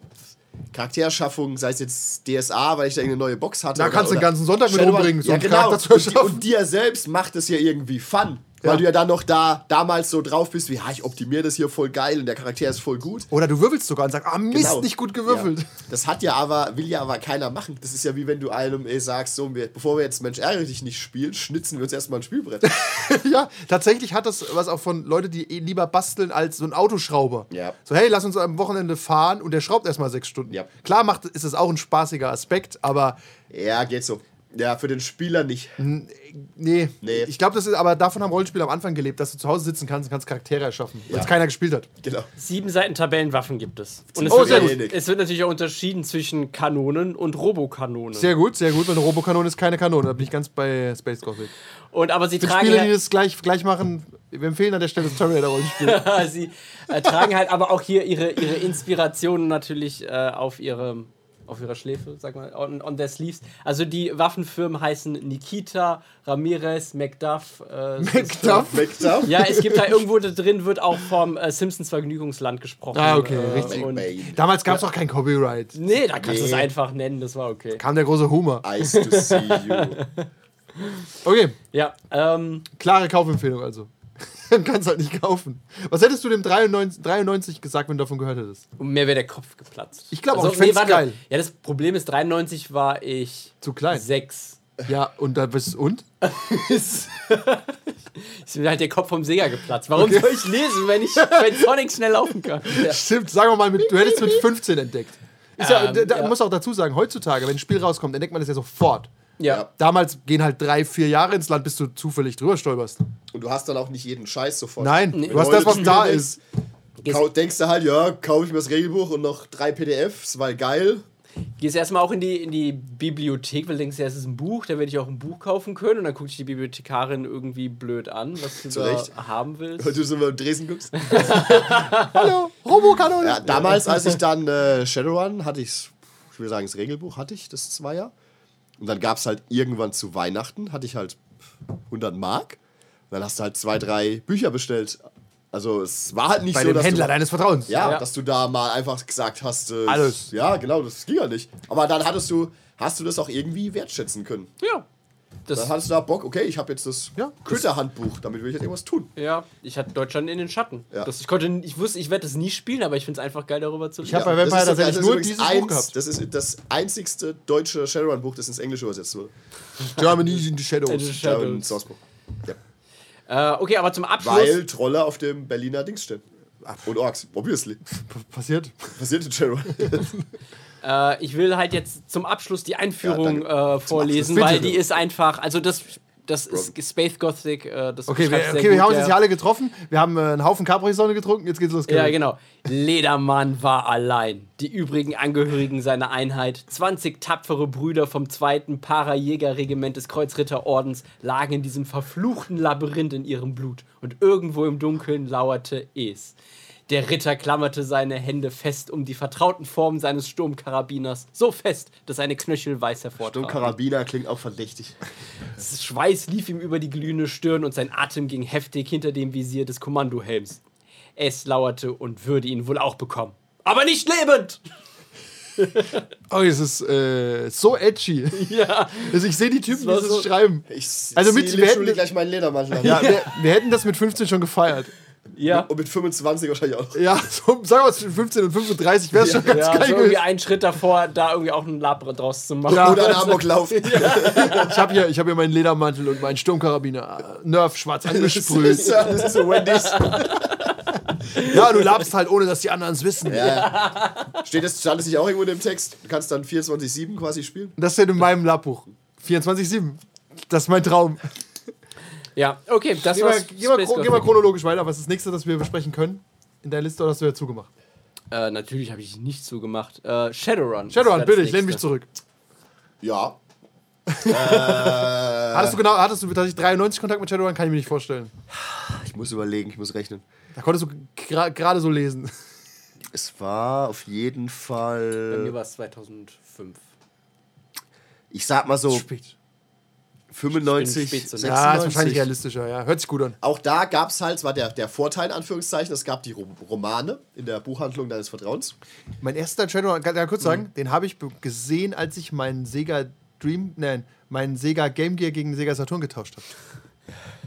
Charakterschaffung, sei es jetzt DSA, weil ich da irgendeine neue Box hatte. Da kannst du den ganzen Sonntag mit Shadowrun. rumbringen, so ja, einen genau. Charakter zu und, erschaffen. und dir selbst macht es ja irgendwie Fun. Ja. Weil du ja dann noch da damals so drauf bist, wie, ja, ich optimiere das hier voll geil und der Charakter ist voll gut. Oder du würfelst sogar und sagst, ah Mist, Genau. nicht gut gewürfelt. Ja. Das hat ja aber, will ja aber keiner machen. Das ist ja wie wenn du einem eh sagst, so, wir, bevor wir jetzt Mensch ärgere dich nicht spielen, schnitzen wir uns erstmal ein Spielbrett. [laughs] Ja, tatsächlich hat das was auch von Leuten, die eh lieber basteln als so ein Autoschrauber. Ja. So, hey, lass uns am Wochenende fahren und der schraubt erstmal sechs Stunden. Ja. Klar macht, ist das auch ein spaßiger Aspekt, aber ja, geht so. Ja, für den Spieler nicht. Mhm. nee. Nee. Ich glaube, das ist, aber davon haben Rollenspiele am Anfang gelebt, dass du zu Hause sitzen kannst und kannst Charaktere erschaffen, weil es keiner gespielt hat. Genau. Sieben Seiten Tabellenwaffen gibt es. Und es, Oh, sehr wird, gut. es wird natürlich auch unterschieden zwischen Kanonen und Robokanonen. Sehr gut, sehr gut, weil eine Robokanone ist keine Kanone, da bin ich ganz bei Space Gothic. und aber sie Für tragen Spiele, ja- die das gleich, gleich machen, wir empfehlen an der Stelle das Tomb Raider Rollenspiel. [laughs] [laughs] sie äh, tragen halt aber auch hier ihre, ihre Inspirationen natürlich äh, auf ihrem auf ihrer Schläfe, sag mal, on, on their sleeves. Also die Waffenfirmen heißen Nikita, Ramirez, McDuff. Äh, McDuff? McDuff? Ja, es gibt da irgendwo da drin, wird auch vom äh, Simpsons Vergnügungsland gesprochen. Ah, okay, äh, Oh, richtig. Und, Bane. Damals gab es auch kein Copyright. nee, da kannst du es Nee. einfach nennen, das war okay. Kam der große Humor. Nice to see you. Okay, Ja, ähm, Klare Kaufempfehlung also. [laughs] Dann kannst halt nicht kaufen. Was hättest du dem 93, 93 gesagt, wenn du davon gehört hättest? und mir wäre der Kopf geplatzt. Also, Ich glaub auch, ich fänd's warte. geil. Ja, das Problem ist, 93 war ich Zu klein. sechs. Ja, und da bist und? [laughs] Ist mir halt der Kopf vom Sega geplatzt. Warum soll ich lesen, wenn ich wenn Sonic schnell laufen kann? Stimmt, sagen wir mal, mit, du hättest mit [laughs] 15 entdeckt. Ist ja, Ähm, da, da ja. muss auch dazu sagen, heutzutage, wenn ein Spiel rauskommt, entdeckt man das ja sofort. Ja. Damals gehen halt drei, vier Jahre ins Land, bis du zufällig drüber stolperst. Und du hast dann auch nicht jeden Scheiß sofort. Nein, Wenn du hast das, was heute da Spiele ist. denkst, Kau denkst du halt, ja, kaufe ich mir das Regelbuch und noch drei PDFs, weil geil. [laughs] Gehst erstmal auch in die, in die Bibliothek, weil du denkst, ja, es ist ein Buch, da werde ich auch ein Buch kaufen können. Und dann guckt dich die Bibliothekarin irgendwie blöd an, was du Zu da Recht. haben willst. Weil du so über Dresden guckst. Hallo, Robokanone. Ja, damals, als ich dann äh, Shadowrun hatte, ich, ich will sagen, das Regelbuch hatte ich, das Zweier. Und dann gab es halt irgendwann zu Weihnachten, hatte ich halt 100 Mark. Und dann hast du halt zwei, drei Bücher bestellt. Also es war halt nicht Bei so, dem dass Händler du, deines Vertrauens. ja, Ja. dass du da mal einfach gesagt hast, äh, Alles. Ja, genau, das ging ja nicht. Aber dann hattest du, hast du das auch irgendwie wertschätzen können. Ja. Das, Dann hattest du da Bock, okay, ich habe jetzt das Ja. Köterhandbuch, damit will ich jetzt irgendwas tun. ja, ich hatte Deutschland in den Schatten. Ja. Das, ich, konnte, ich wusste, ich werde das nie spielen, aber ich finde es einfach geil, darüber zu Ich hab bei das Vampire ist so geil, tatsächlich das ist nur übrigens dieses eins, Buch gehabt. Das ist das einzigste deutsche Shadowrun-Buch, das ins Englische übersetzt wurde. Germany in the Shadows. In the Ja, und Shadows. Sourcebook. Ja. Äh, okay, aber zum Abschluss. Weil Trolle auf dem Berliner Dings stehen. Und Orks, obviously. P- Passiert. Passiert in Shadowrun. Äh, ich will halt jetzt zum Abschluss die Einführung Ja, danke. äh, vorlesen, Bitte. weil die ist einfach, also das, das ist Space Gothic, äh, das Okay, wir, beschreibt's sehr okay, wir gut, haben uns jetzt ja. hier alle getroffen. Wir haben äh, einen Haufen Capri-Sonne getrunken. Jetzt geht's los. Ja, Kevin. genau. Ledermann war allein. Die übrigen Angehörigen seiner Einheit, 20 tapfere Brüder vom 2. Parajägerregiment des Kreuzritterordens, lagen in diesem verfluchten Labyrinth in ihrem Blut. Und irgendwo im Dunkeln lauerte Es. Der Ritter klammerte seine Hände fest um die vertrauten Formen seines Sturmkarabiners, so fest, dass seine Knöchel weiß Und hervortraten. Karabiner klingt auch verdächtig. Schweiß lief ihm über die glühende Stirn und sein Atem ging heftig hinter dem Visier des Kommandohelms. Es lauerte und würde ihn wohl auch bekommen. Aber nicht lebend! [laughs] Oh, es ist äh, so edgy. Ja. Also ich sehe die Typen, die war das so- schreiben. Ich Also also mit- mit wir hätten- gleich meinen Ledermantel an. Ja, wir, wir hätten das mit 15 schon gefeiert. Ja. Und mit 25 wahrscheinlich auch. Ja, so, sagen wir mal zwischen 15 und 35 wäre es schon ganz Ja, geil so irgendwie gewesen. einen Schritt davor, da irgendwie auch einen Labra draus zu machen. Ja. Oder ein Amoklauf. Ich habe hier, ich hab hier meinen Ledermantel und meinen Sturmkarabiner äh, Nerf [laughs] schwarz Das ist angesprüht. so- das ist so [laughs] Wendy's. Ja, du labst halt, ohne dass die anderen es wissen. Steht das, stand es nicht auch irgendwo in dem Text? Du kannst dann 24-7 quasi spielen. Das steht in meinem Labbuch. 24-7. Das ist mein Traum. [laughs] Ja, okay, das Geh mal, war's. geh, mal, Space chro- geh mal Gothic. chronologisch weiter. Was ist das nächste, das wir besprechen können? In der Liste oder hast du ja zugemacht? äh, natürlich habe ich nicht zugemacht. Äh, Shadowrun. ist Shadowrun, das bitte, ich lehne mich nächste. zurück. Ja. Hattest du genau, hattest du tatsächlich 93 Kontakt mit Shadowrun? Kann ich mir nicht vorstellen. Ich muss überlegen, ich muss rechnen. Da konntest du gra- gerade so lesen. Es war auf jeden Bei mir Fall, war es 2005. ich sag mal so, [laughs] Spät. 95, Ich bin spät zu- Ja, ist 96. wahrscheinlich realistischer, ja. Hört sich gut an. Auch da gab es halt, es war der, der Vorteil in Anführungszeichen, es gab die Rom- Romane in der Buchhandlung deines Vertrauens. Mein erster Shadowrun, kann ich kurz sagen, den habe ich be- gesehen, als ich meinen Sega Dream, nein, meinen Sega Game Gear gegen Sega Saturn getauscht habe.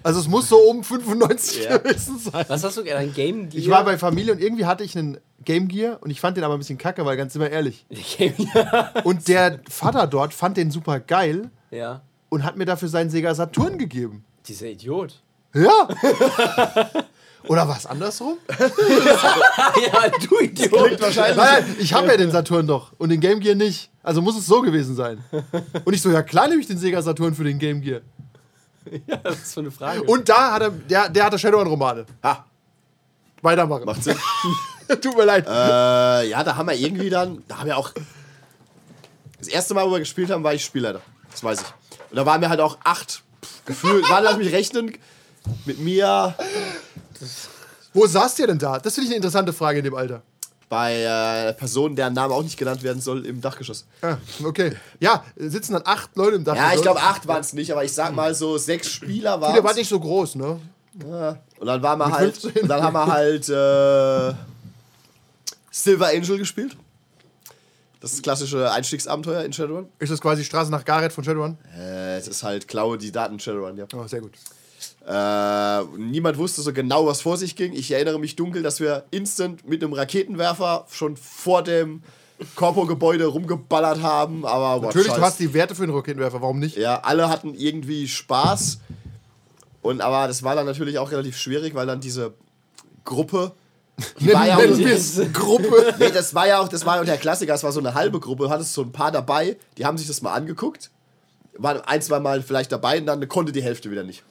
Also es muss so um 95 Ja. gewesen sein. Was hast du äh, ein Game Gear? Ich war bei Familie und irgendwie hatte ich einen Game Gear und ich fand den aber ein bisschen kacke, weil ganz immer ehrlich. [laughs] Game [laughs] Gear. Und der Vater dort fand den super geil Ja. und hat mir dafür seinen Sega Saturn gegeben. Dieser Idiot. [laughs] [laughs] Ja! Oder was andersrum? ja, du Idiot. Klingt wahrscheinlich. Nein, nein, ich habe ja den Saturn doch und den Game Gear nicht. Also muss es so gewesen sein. Und ich so, ja klar nehme ich den Sega Saturn für den Game Gear. Ja, das ist so eine Frage. Und da hat er, der, der hatte Shadowrun-Romane. Ha, Weitermachen. macht Sinn. [laughs] Tut mir leid. äh, ja, da haben wir irgendwie dann, da haben wir auch. Das erste Mal, wo wir gespielt haben, war ich Spielleiter. Das weiß ich. Und da waren wir halt auch acht. pff, Gefühlt, war lass mich rechnen. Mit mir Wo saßt ihr denn da? Das finde ich eine interessante Frage in dem Alter. bei äh, Personen, deren Name auch nicht genannt werden soll, im Dachgeschoss. Ah, okay. Ja, sitzen dann acht Leute im Dach. Ja, ich glaube, acht waren es nicht, aber ich sag mal so, sechs Spieler Der war waren nicht so groß, ne? Und dann waren wir halt, 15. und dann haben wir halt äh, Silver Angel gespielt. Das ist das klassische Einstiegsabenteuer in Shadowrun. Ist das quasi Straße nach Gareth von Shadowrun? Äh, es ist halt klaue die Daten in Shadowrun, ja. Oh, sehr gut. Äh, niemand wusste so genau, was vor sich ging. Ich erinnere mich dunkel, dass wir instant mit einem Raketenwerfer schon vor dem Korpo-Gebäude rumgeballert haben. Aber boah, Natürlich, scheiß. du hast die Werte für den Raketenwerfer, warum nicht? Ja, alle hatten irgendwie Spaß. Und aber das war dann natürlich auch relativ schwierig, weil dann diese Gruppe. Die war ja Nennen auch- wir es Gruppe. [laughs] Nee, das war ja auch, das war ja der Klassiker, es war so eine halbe Gruppe, du hattest so ein paar dabei, die haben sich das mal angeguckt, waren ein, zwei Mal vielleicht dabei und dann konnte die Hälfte wieder nicht.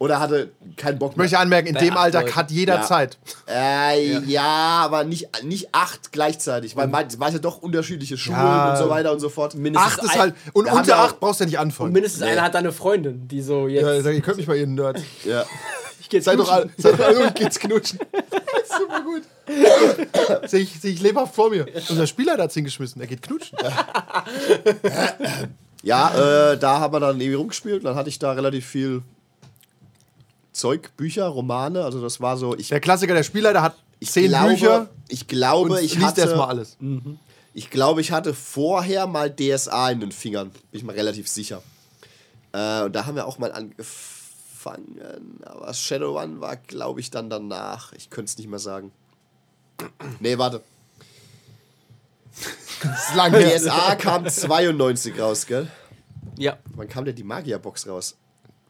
Oder hatte keinen Bock Ich möchte anmerken, in Bei dem acht Alter Leuten. hat jeder Ja. Zeit. Äh, ja. aber nicht, nicht acht gleichzeitig, weil man es ja doch unterschiedliche Schulen Ja. und so weiter und so fort. Mindestens Acht ist ein- halt. Und Wir haben unter ja auch- um acht brauchst du ja nicht anfangen. Mindestens Nee. einer hat da eine Freundin, die so jetzt. Ja, sag, ihr könnt mich mal eben Nerd. Ja. ich geh jetzt Seid doch duschen. alle, seid doch alle und geht's knutschen. Super gut. Sehe ich, seh ich lebhaft vor mir. Unser Spieler hat's hingeschmissen. Er geht knutschen. Ja, äh, da haben wir dann irgendwie rumgespielt. Dann hatte ich da relativ viel Zeug, Bücher, Romane. Also das war so, ich, Der Klassiker, der Spielleiter hat ich zehn glaube, Bücher ich und glaube, ich liest erstmal hatte, Hm. alles. ich glaube, ich hatte vorher mal DSA in den Fingern. Bin ich mir relativ sicher. Äh, und da haben wir auch mal angefangen. Aber Shadowrun war, glaube ich, dann danach. Ich könnte es nicht mehr sagen. [clears throat] Nee, warte. Das ist lang her. DSA kam 92 raus, gell? Ja, Wann kam denn die Magierbox raus?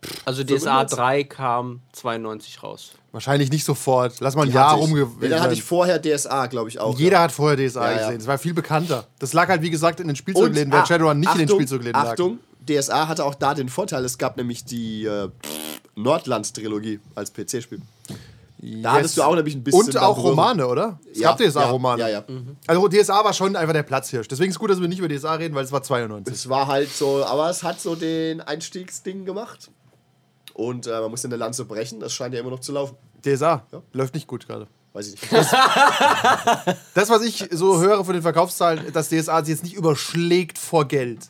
[laughs] also DSA 3 kam 92 raus. Wahrscheinlich nicht sofort. Lass mal ein Die Jahr hatte ich. Nee, rumgewählt. Dann hatte ich vorher DSA, glaube ich, auch. Jeder hat vorher DSA Ja, ja. gesehen. Es war viel bekannter. Das lag halt, wie gesagt, in den Und- Spielzeugläden, weil ah, Shadowrun nicht in den Achtung, Spielzeugläden lag. Achtung, DSA hatte auch da den Vorteil, es gab nämlich die äh, Nordland-Trilogie als PC-Spiel. Da hattest du auch nämlich ein bisschen. Und auch Berührung. Romane, oder? Es Ja, gab DSA-Romane. ja, ja, ja. Also DSA war schon einfach der Platzhirsch. Deswegen ist gut, dass wir nicht über DSA reden, weil es war 92. Es war halt so, aber es hat so den Einstiegsding gemacht. Und äh, man muss in der Lanze brechen, das scheint ja immer noch zu laufen. DSA läuft nicht gut gerade. Weiß ich [laughs] nicht. Das, was ich so höre von den Verkaufszahlen, dass DSA sich jetzt nicht überschlägt vor Geld.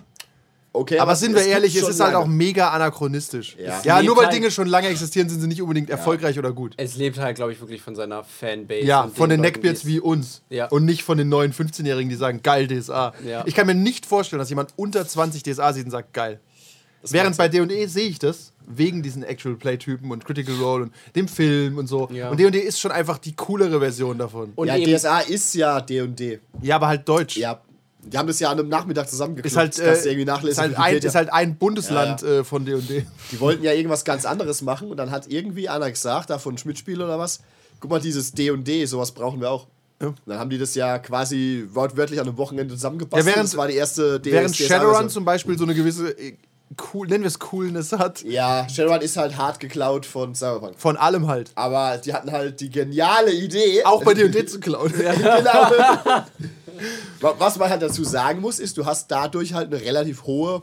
Okay, Aber sind wir gibt's ehrlich, es schon ist halt lange. auch mega anachronistisch. Ja, Ja. nur weil Lebt Dinge schon lange existieren, sind sie nicht unbedingt erfolgreich oder gut. Es lebt halt, glaube ich, wirklich von seiner Fanbase. Ja, und von den Leuten, die Neckbeards es- wie uns. Ja. Und nicht von den neuen 15-Jährigen, die sagen, geil DSA. Ja. Ich kann mir nicht vorstellen, dass jemand unter 20 DSA sieht und sagt, geil. Während bei D&E sehe ich das, wegen diesen Actual-Play-Typen und Critical Role und dem Film und so. Ja. Und D&E ist schon einfach die coolere Version davon. Und ja, eben, DSA ist ja D&D. &D. ja, aber halt deutsch. Ja, die haben das ja an einem Nachmittag zusammengekriegt. Ist halt, äh, kannst du irgendwie nachlesen. ist, halt auf ein, Wikipedia. ist halt ein Bundesland Äh, von D&D. die wollten ja irgendwas ganz anderes machen und dann hat irgendwie einer gesagt, da von Schmidt-Spiel oder was, guck mal, dieses D&D, sowas brauchen wir auch. Und Dann haben die das ja quasi wortwörtlich an einem Wochenende zusammengebastelt. Ja, während- das war die erste DS, Während Shadowrun zum zum Beispiel so eine gewisse, äh, cool, nennen wir es Coolness hat, Ja, Shadowrun ist halt hart geklaut von Cyberpunk. von allem halt. Aber die hatten halt die geniale Idee. Auch bei D&D zu klauen. [laughs] genau. Wa- Was man halt dazu sagen muss, ist, du hast dadurch halt eine relativ hohe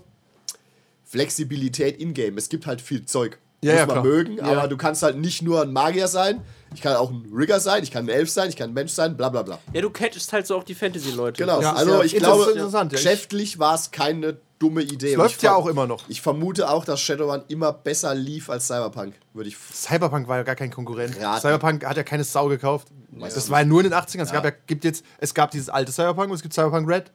Flexibilität in-game. Es gibt halt viel Zeug. Ja, muss ja, man klar. mögen, Ja. aber du kannst halt nicht nur ein Magier sein, ich kann auch ein Rigger sein, ich kann ein Elf sein, ich kann ein Mensch sein, bla bla bla. ja, du catchst halt so auch die Fantasy-Leute. Genau, Ja, also ja. ich Inter- glaube, interessant, ja. geschäftlich war es keine dumme Idee. Und läuft ich ja ver- auch immer noch. Ich vermute auch, dass Shadowrun immer besser lief als Cyberpunk, würde ich Cyberpunk war ja gar kein Konkurrent. Raten. Cyberpunk hat ja keine Sau gekauft. Das war ja nur in den 80ern. Es, gab ja, gibt jetzt, es gab dieses alte Cyberpunk und es gibt Cyberpunk Red.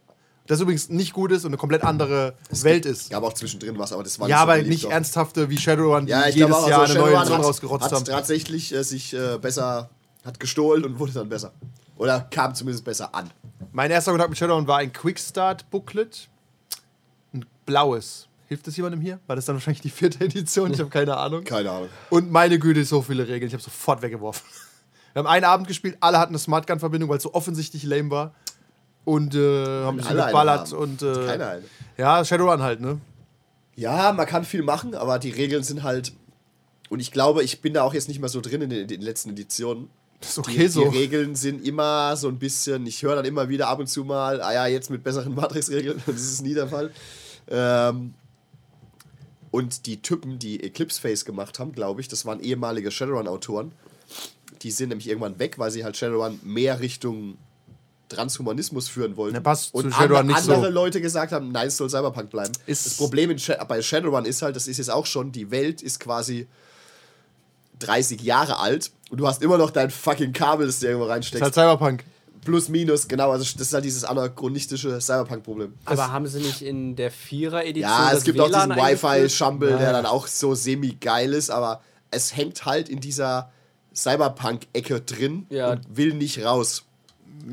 Das übrigens nicht gut ist und eine komplett andere Welt ist. Ja, aber auch zwischendrin was, aber das war Ja, so aber beliebt nicht auch. ernsthafte wie Shadowrun, die Ja, ich jedes glaube auch, Jahr also eine neue Shadowrun Version hat, rausgerotzt hat haben. tatsächlich äh, sich äh, besser, hat gestohlen und wurde dann besser. Oder kam zumindest besser an. Mein erster Kontakt mit Shadowrun war ein Quickstart-Booklet. Ein blaues. Hilft das jemandem hier? War das dann wahrscheinlich die vierte Edition? Ich habe keine Ahnung. Keine Ahnung. Und meine Güte, so viele Regeln. Ich habe sofort weggeworfen. Wir haben einen Abend gespielt, alle hatten eine Smartgun-Verbindung, weil es so offensichtlich lame war. Und äh, haben ein bisschen alle eine geballert haben. und. Äh, Keiner eine. Ja, Shadowrun halt, ne? Ja, man kann viel machen, aber die Regeln sind halt. Und ich glaube, ich bin da auch jetzt nicht mehr so drin in den, in den letzten Editionen. Das ist Die, okay die so. Regeln sind immer so ein bisschen. Ich höre dann immer wieder ab und zu mal, ah ja, jetzt mit besseren [laughs] Matrix-Regeln. Das ist nie der Fall. Ähm, und die Typen, die Eclipse Face gemacht haben, glaube ich, das waren ehemalige Shadowrun-Autoren. Die sind nämlich irgendwann weg, weil sie halt Shadowrun mehr Richtung Transhumanismus führen wollten. Na, Ne, passt zu und Shadowrun andere, nicht so. andere Leute gesagt haben, nein, es soll Cyberpunk bleiben. Ist- das Problem in Sha- bei Shadowrun ist halt, das ist jetzt auch schon, die Welt ist quasi 30 Jahre alt und du hast immer noch dein fucking Kabel, das du irgendwo Ist halt reinsteckst. Cyberpunk. Plus, minus, genau. Also, das ist halt dieses anachronistische Cyberpunk-Problem. Aber haben sie nicht in der Vierer-Edition. Ja, es das gibt auch WLAN diesen eingeführt? Wi-Fi-Shumble, der dann auch so semi-geil ist, aber es hängt halt in dieser Cyberpunk-Ecke drin Ja. und will nicht raus.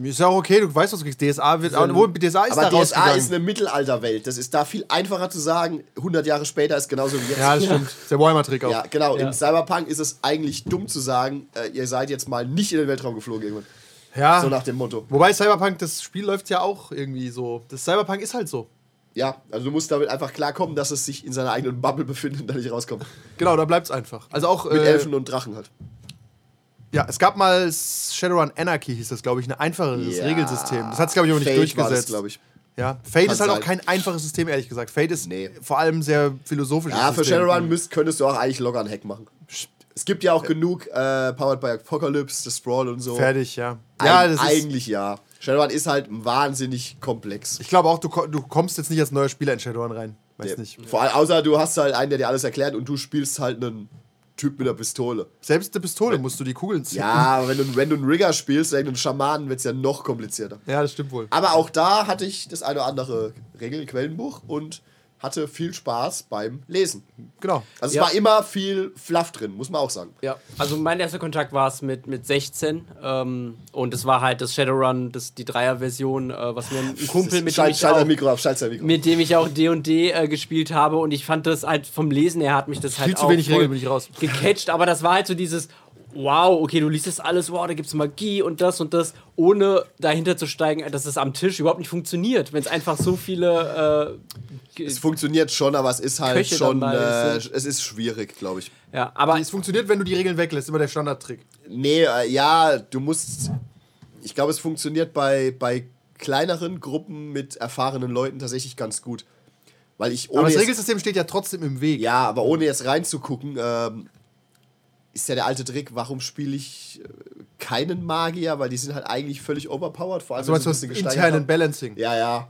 Ist ja auch okay, du weißt, was du kriegst. DSA wird. Auch, wo, DSA ist aber da DSA rausgegangen. ist eine Mittelalterwelt. Das ist da viel einfacher zu sagen. 100 Jahre später ist genauso wie [laughs] jetzt. ja, das stimmt. Ist der Warhammer-Trick auch. Ja, genau. Ja. Im Cyberpunk ist es eigentlich dumm zu sagen, äh, ihr seid jetzt mal nicht in den Weltraum geflogen irgendwann. Ja. Ah. So nach dem Motto. Wobei Cyberpunk, das Spiel läuft ja auch irgendwie so. Das Cyberpunk ist halt so. ja, also du musst damit einfach klarkommen, dass es sich in seiner eigenen Bubble befindet und da nicht rauskommt. Genau, da bleibt's einfach. Also auch. Mit äh, Elfen und Drachen halt. Ja, es gab mal Shadowrun Anarchy, hieß das, glaube ich, ein einfacheres Ja. Regelsystem. Das hat es, glaube ich, aber nicht Fate war das, durchgesetzt. glaub ich. Ja, Fate Kann ist halt auch sein. kein einfaches System, ehrlich gesagt. Fate ist Nee. vor allem sehr philosophisch. Ja, für Shadowrun müsst, könntest du auch eigentlich locker einen Hack machen. Es gibt ja auch genug äh, Powered by Apocalypse, The Sprawl und so. Fertig, ja. Eig ja, das ist, eigentlich ja. Shadowrun ist halt wahnsinnig komplex. ich glaube auch, du, ko- du kommst jetzt nicht als neuer Spieler in Shadowrun rein. Weiß nicht. Vor allem, außer du hast halt einen, der dir alles erklärt und du spielst halt einen Typ mit einer Pistole. Selbst eine Pistole musst du die Kugeln ziehen. [laughs] Ja, aber wenn du, wenn du einen Rigger spielst, oder irgendeinen Schamanen, wird es ja noch komplizierter. Ja, das stimmt wohl. Aber auch da hatte ich das eine oder andere Regelquellenbuch und hatte viel Spaß beim Lesen. Genau. Also Ja. es war immer viel Fluff drin, muss man auch sagen. Ja, also mein erster Kontakt war es mit, mit 16 ähm, und es war halt das Shadowrun, das, die Dreier-Version, äh, was mir ein Kumpel mit dem schalt, ich schalt auch, dein Mikro ab, schalt dein Mikro ab. mit dem ich auch D&D äh, gespielt habe und ich fand das halt vom Lesen her hat mich das halt Viel zu auch wenig voll Regeln bin ich raus. gecatcht, aber das war halt so dieses wow, okay, du liest das alles, wow, da gibt's Magie und das und das, ohne dahinter zu steigen, dass es am Tisch überhaupt nicht funktioniert, wenn es einfach so viele äh, Es funktioniert schon, aber es ist halt Köche schon, dabei äh, sind. es ist schwierig, glaube ich. ja, aber Es funktioniert, wenn du die Regeln weglässt, immer der Standardtrick. Nee, äh, ja, du musst. Ich glaube, es funktioniert bei, bei kleineren Gruppen mit erfahrenen Leuten tatsächlich ganz gut. Weil ich ohne. Aber das jetzt- Regelsystem steht ja trotzdem im Weg. Ja, aber ohne jetzt reinzugucken, ähm, ist ja der alte Trick, warum spiele ich äh, keinen Magier? Weil die sind halt eigentlich völlig overpowered, vor allem Also, sie was ein bisschen gesteigert internen haben. Balancing. Ja, ja.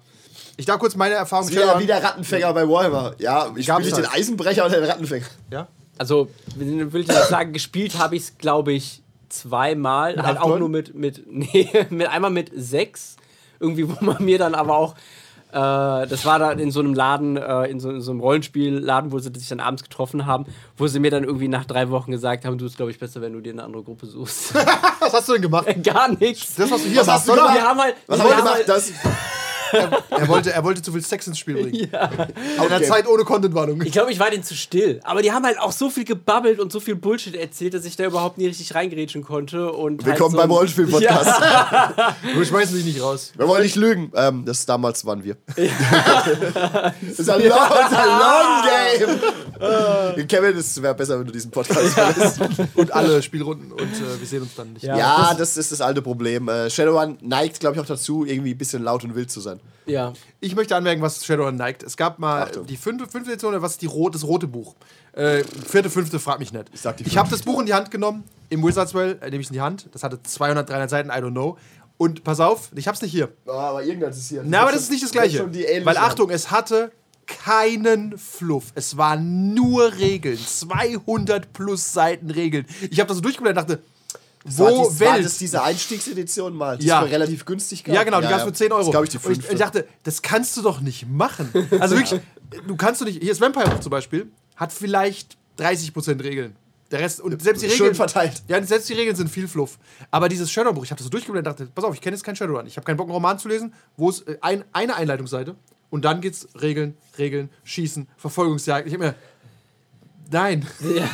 Ich darf kurz meine Erfahrung Ist Wieder, Shadowrun- wieder Rattenfänger bei Warhammer. Ja, ich spiele Gab's nicht den halt. Eisenbrecher oder den Rattenfänger. Ja? Also, will ich nicht sagen, gespielt habe ich es, glaube ich, zweimal. halt acht auch Leuten? nur mit, mit, [laughs] nee, mit einmal mit sechs. Irgendwie, wo man mir dann aber auch, äh, das war dann in so einem Laden, äh, in, so, in so einem Rollenspielladen, wo sie sich dann abends getroffen haben, wo sie mir dann irgendwie nach drei Wochen gesagt haben, du ist, glaube ich, besser, wenn du dir eine andere Gruppe suchst. [laughs] Was hast du denn gemacht? Gar nichts. Das, was du hier Was machst, hast du oder? gemacht? Wir haben halt, Was wir haben wir haben halt, gemacht? Das, Er wollte, er wollte zu viel Sex ins Spiel [laughs] bringen. In einer Okay. Zeit ohne Content-Warnung. ich glaube, ich war denen zu still. Aber die haben halt auch so viel gebabbelt und so viel Bullshit erzählt, dass ich da überhaupt nie richtig reingrätschen konnte. Und willkommen halt beim so ein- Rollenspiel-Podcast. Wir schmeißen dich nicht raus. Wir wollen nicht lügen. Ähm, das damals waren wir. [laughs] das ist ein long, das ist ein long game. Kevin, es wäre besser, wenn du diesen Podcast verlässt. Und alle Spielrunden und äh, wir sehen uns dann nicht. Ja. Ja, das ist das alte Problem. Äh, Shadowrun neigt, glaube ich, auch dazu, irgendwie ein bisschen laut und wild zu sein. [laughs] Ja. Ich möchte anmerken, was Shadowrun neigt. Es gab mal Achtung. die fünfte, fünfte Edition, oder was ist die rot, das rote Buch? Äh, vierte, fünfte, frag mich nicht. Ich, sag die habe das Buch in die Hand genommen, im Wizards Well, äh, nehme ich in die Hand. Das hatte 200, 300 Seiten, I don't know. Und pass auf, ich hab's nicht hier. Ah, aber irgendwas ist hier. Na, aber das ist nicht das Gleiche. Weil Achtung, es hatte keinen Fluff. Es waren nur Regeln. 200 plus Seiten Regeln. Ich habe das so durchgeblättert und dachte, wo war dies, War Welt? das diese Einstiegsedition mal? Die Ja. es für relativ günstig gab? ja, genau, die gab's für 10 Euro. Das glaube ich, die und ich, fünfte. ich dachte, das kannst du doch nicht machen. Also wirklich, du kannst du nicht. Hier ist Vampire Hof zum Beispiel, hat vielleicht 30% Regeln. Der Rest, und selbst die Schön Regeln. verteilt. Ja, selbst die Regeln sind viel Fluff. Aber dieses Shadowbuch, ich habe das so durchgeblättert und dachte, pass auf, ich kenne jetzt kein Shadowrun. Ich habe keinen Bock, einen Roman zu lesen, wo es äh, ein, eine Einleitungsseite und dann geht's Regeln, Regeln, Schießen, Verfolgungsjagd. Ich habe mir. Nein. [laughs]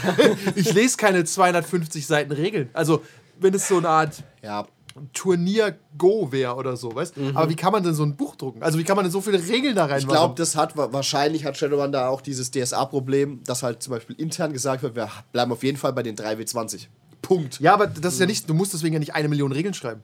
ich lese keine 250 Seiten Regeln. Also, wenn es so eine Art ja. Turnier Go wäre oder so, weißt Aber wie kann man denn so ein Buch drucken? Also wie kann man denn so viele Regeln da Mhm. Ich reinmachen? glaube, das hat wa- wahrscheinlich hat Shadowrun da auch dieses DSA-Problem, dass halt zum Beispiel intern gesagt wird, wir bleiben auf jeden Fall bei den 3W20. Punkt. ja, aber das ist ja nicht, du musst deswegen ja nicht eine Million Regeln schreiben.